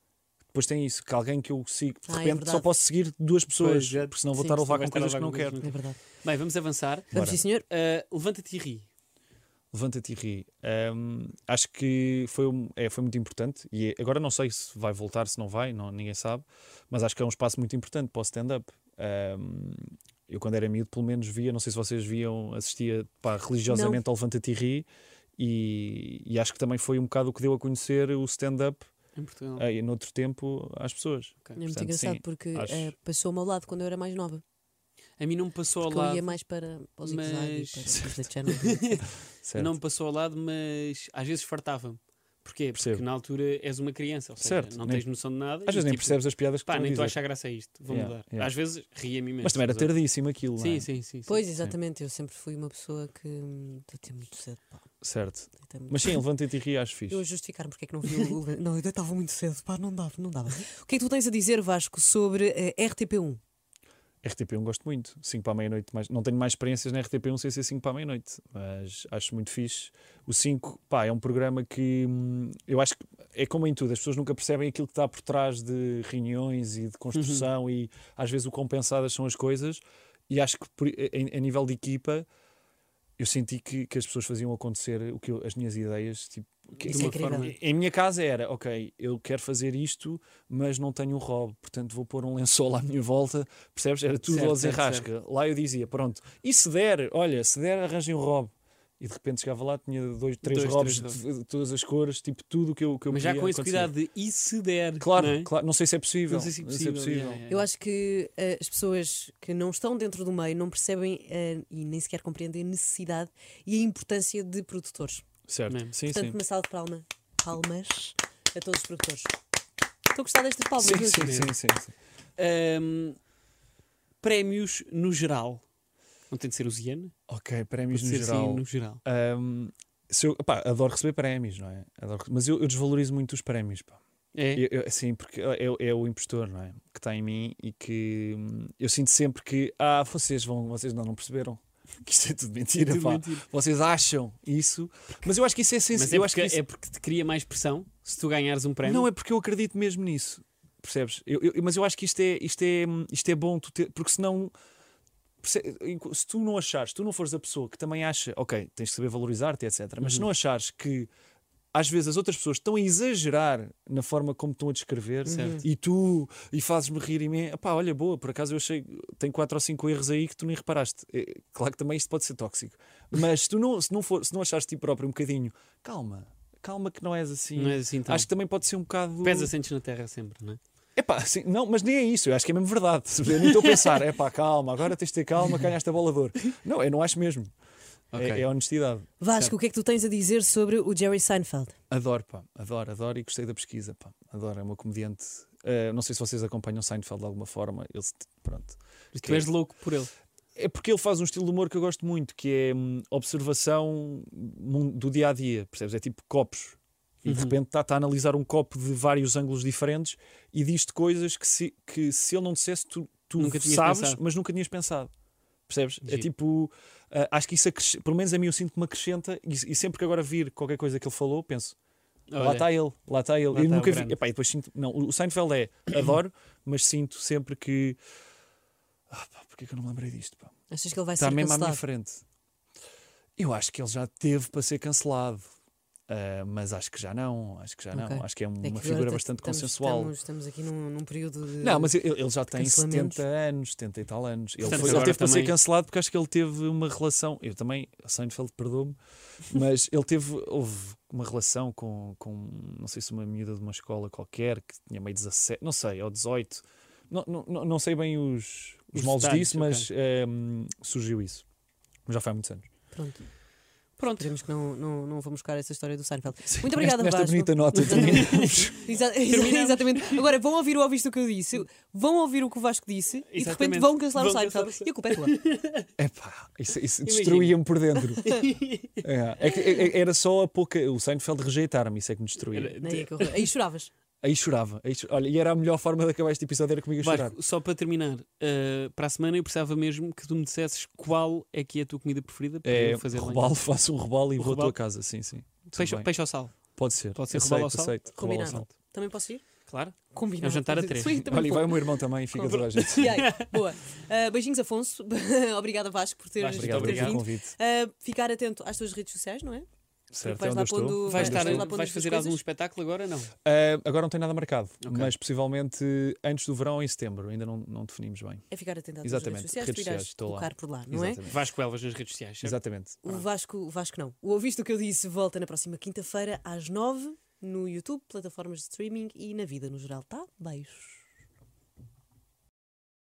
Depois tem isso, que alguém que eu sigo, Ah, de é repente só verdade. posso seguir duas pessoas, Pois, é. porque senão vou Sim, estar a senão levar vais estar com a coisas que levar não com quero. coisas É verdade. Bem, vamos avançar. Vamos, Bora. sim, senhor. É Ah, Levanta-te e ri. Levanta-te e ri. Ahm, acho que foi, um- é, foi muito importante e é- agora não sei se vai voltar, se não vai, não, ninguém sabe, mas acho que é um espaço muito importante para o stand-up. Ahm, eu, quando era miúdo, pelo menos via, não sei se vocês viam, assistia pá, religiosamente ao Levanta-te e ri. E, e acho que também foi um bocado o que deu a conhecer o stand-up Em Portugal. eh, noutro tempo às pessoas. É muito Portanto, engraçado sim, porque acho- eh, passou-me ao lado quando eu era mais nova. A mim não me passou ao Porque eu lado. ia mais para para os mas- Zigzag e para os Disney Channel. Certo. Não me passou ao lado, mas às vezes fartava-me. Porquê? Percebo. Porque na altura és uma criança, ou seja, Certo, não nem- tens noção de nada. às e, vezes nem tipo, percebes as piadas que Pá, estão a nem estou a dizer. achar graça a isto, vou Yeah, mudar. yeah. Às vezes ria-me imenso. Mas também era estás a ver? tardíssimo aquilo, não é? Sim, sim, sim. sim. Pois, exatamente. Eu sempre fui uma pessoa que hum, deitei muito cedo. Pá. Certo. Deitei muito Mas sim, Levanta-te e ri, acho fixe. Eu a justificar-me porque é que não vi o. o- não, eu deitava muito cedo. Pá, não dava, não dava. O que é que tu tens a dizer, Vasco, sobre eh, RTP1? RTP1 gosto muito, 5 para a meia-noite. mais- Não tenho mais experiências na RTP1 sem ser 5 para a meia-noite, mas acho muito fixe. O 5, pá, é um programa que hum, eu acho que é como em tudo, as pessoas nunca percebem aquilo que está por trás de reuniões e de construção e às vezes o quão pensadas são as coisas. E acho que por- eh, em- a nível de equipa, eu senti que, que as pessoas faziam acontecer o que eu- as minhas ideias, tipo, que- Isso é uma incrível. forma- em minha casa era, ok, eu quero fazer isto, mas não tenho um robe, portanto vou pôr um lençol à minha volta, percebes? Era tudo Certo, ao certo, desenrasca. Lá eu dizia, pronto, e se der, olha, se der, arranjem um robe. E de repente chegava lá, tinha dois, três Dois, robes três de, de todas as cores, tipo tudo o que eu, que eu Mas já podia com esse acontecer. cuidado de e se der. Claro, não é? claro, não sei se é possível. Não sei se é possível. yeah, yeah. Eu acho que eh, as pessoas que não estão dentro do meio não percebem eh, e nem sequer compreendem a necessidade e a importância de produtores. Certo, Mesmo. sim, Portanto, sim. uma salva de palma. palmas a todos os produtores. Estou a gostar destas palmas. Sim, hoje. sim, sim, sim, sim. Ahm, prémios no geral. Não tem de ser os Ian? Ok, prémios Pode no ser geral. Sim, no geral. Ahm, se eu, pá, adoro receber prémios, não é? Adoro- mas eu, eu desvalorizo muito os prémios, pá. É. Eu, eu- assim, porque é, é- é o impostor, não é? Que está em mim e que hum, eu sinto sempre que, ah, vocês vão, vocês não, não perceberam. Que isto é tudo mentira, Tudo pá. mentira. Vocês acham isso, mas eu acho que isso é Mas sensível. é, eu acho porque, que isso- é porque te cria mais pressão se tu ganhares um prémio. Não, é porque eu acredito mesmo nisso, percebes? Eu- eu- mas eu acho que isto é, isto é, isto é bom, tu ter, porque senão. perce- enqu- Se tu não achares, tu não fores a pessoa que também acha, ok, tens de saber valorizar-te, etc. Mas Uhum. se não achares que às vezes as outras pessoas estão a exagerar na forma como estão a descrever Certo. e tu e fazes-me rir e me pá, olha, boa, por acaso eu achei tem quatro ou cinco erros aí que tu nem reparaste. É, Claro que também isto pode ser tóxico, mas se tu não, se não, for, se não achares de ti próprio um bocadinho, calma, calma que não és assim, Não é assim tão. Acho que também pode ser um bocado. Pesa sentes na terra sempre, não é? Epá, assim, não, mas nem é isso. Eu acho que é mesmo verdade. Eu nem estou a pensar, epá, calma, agora tens de ter calma, ganhaste a bola de ouro. Não, eu não acho mesmo. É- Ok. É, honestidade. Vasco, o que é que tu tens a dizer sobre o Jerry Seinfeld? Adoro, pá, adoro, adoro e gostei da pesquisa, pá. Adoro, é uma comediante. eh, não sei se vocês acompanham Seinfeld de alguma forma. Ele, se- pronto. Mas Tu Que- és louco por ele. É porque ele faz um estilo de humor que eu gosto muito, que é hum, observação mun- do dia a dia, percebes? É tipo copos. E de Uhum. repente está a analisar um copo de vários ângulos diferentes e diz-te coisas que se, que se ele não dissesse, tu, tu Nunca tinhas sabes, pensado. mas nunca tinhas pensado. Percebes? É Giro. tipo, ah, acho que isso, acresce- pelo menos a mim, eu sinto que me acrescenta. E, e sempre que agora vir qualquer coisa que ele falou, penso, lá Olha, está ele, lá está ele. Lá eu tá, está o nunca vi. grande. Epá, e depois sinto. Não, o Seinfeld é adoro, mas sinto sempre que. Ah, pá, porquê que eu não me lembrei disto? Pá? Tá Achas que ele vai Está ser mesmo à minha cancelado? frente. Eu acho que ele já teve para ser cancelado. Ah, mas acho que já não, acho que já Ok. não. Acho que é É que uma agora figura tá- bastante estamos- consensual. Estamos, estamos aqui num, num período de. Não, mas ele, ele já tem cancelamentos. 70 anos, 70 e tal anos. Ele, Portanto, foi, ele agora teve para ser também- cancelado porque acho que ele teve uma relação. Eu também, a Seinfeld, perdoa-me, mas ele teve. Houve uma relação com, com, não sei se uma miúda de uma escola qualquer, que tinha meio 17, não sei, ou 18. Não, não, não- não sei bem os, os, Os moldes detalhes, disso, mas ehm, surgiu isso. Já foi há muitos anos. Pronto. Pronto. Esperemos que não, não, não vamos buscar essa história do Seinfeld. Muito obrigada, Nesta Vasco. bonita nota terminamos. Exa- Terminamos. exatamente. Agora vão ouvir o ouviste o que eu disse, vão ouvir o que o Vasco disse e de repente Exatamente. vão cancelar o Vão cancelar Seinfeld. o E a culpa é tua. Epá, isso, isso Imagina. destruía-me por dentro. É, é que- é- é- era só a pouca. O Seinfeld rejeitaram-me, isso é que me destruía. Era- Não é que horror. Aí choravas. Aí chorava. Aí, cho- olha, e era a melhor forma de acabar este episódio era comigo a chorar. Vasco, só para terminar, ah, para a semana eu precisava mesmo que tu me dissesses qual é que é a tua comida preferida para É, eu fazer lá em robalo, casa. faço um robalo e O vou à robalo? tua casa. Sim, sim. Tudo Peixe, bem. peixe ao sal. Pode ser. Pode ser robalo aceito, ao sal? aceito. Robalo ao Combinado. sal. Também posso ir? Claro. Combinado. É um jantar a três. Sim, também Olha, e vou. vai o meu irmão também, fica toda a gente. E aí, boa. Ah, beijinhos, Afonso. Obrigada, Vasco, por teres, Vasco, por Obrigado teres pelo obrigado. vindo. convite. Ah, ficar atento às tuas redes sociais, não é? Certo, é vais onde lá eu estou. pondo- Vais, Vais estar, lá pondo vais estas fazer coisas? algum espetáculo agora? Não. Ah, agora não tem nada marcado, Ok. mas possivelmente antes do verão ou em setembro. Ainda não, não definimos bem. É ficar atento às tuas Exatamente, redes sociais, redes tu irás sociais, estou lá. tocar por lá, não é? Exatamente. Vasco Elvas nas redes sociais. certo? Exatamente. O Vasco, o Vasco não. O Ouviste o que eu disse volta na próxima quinta-feira às nove no YouTube, plataformas de streaming e na vida no geral, tá? Beijos.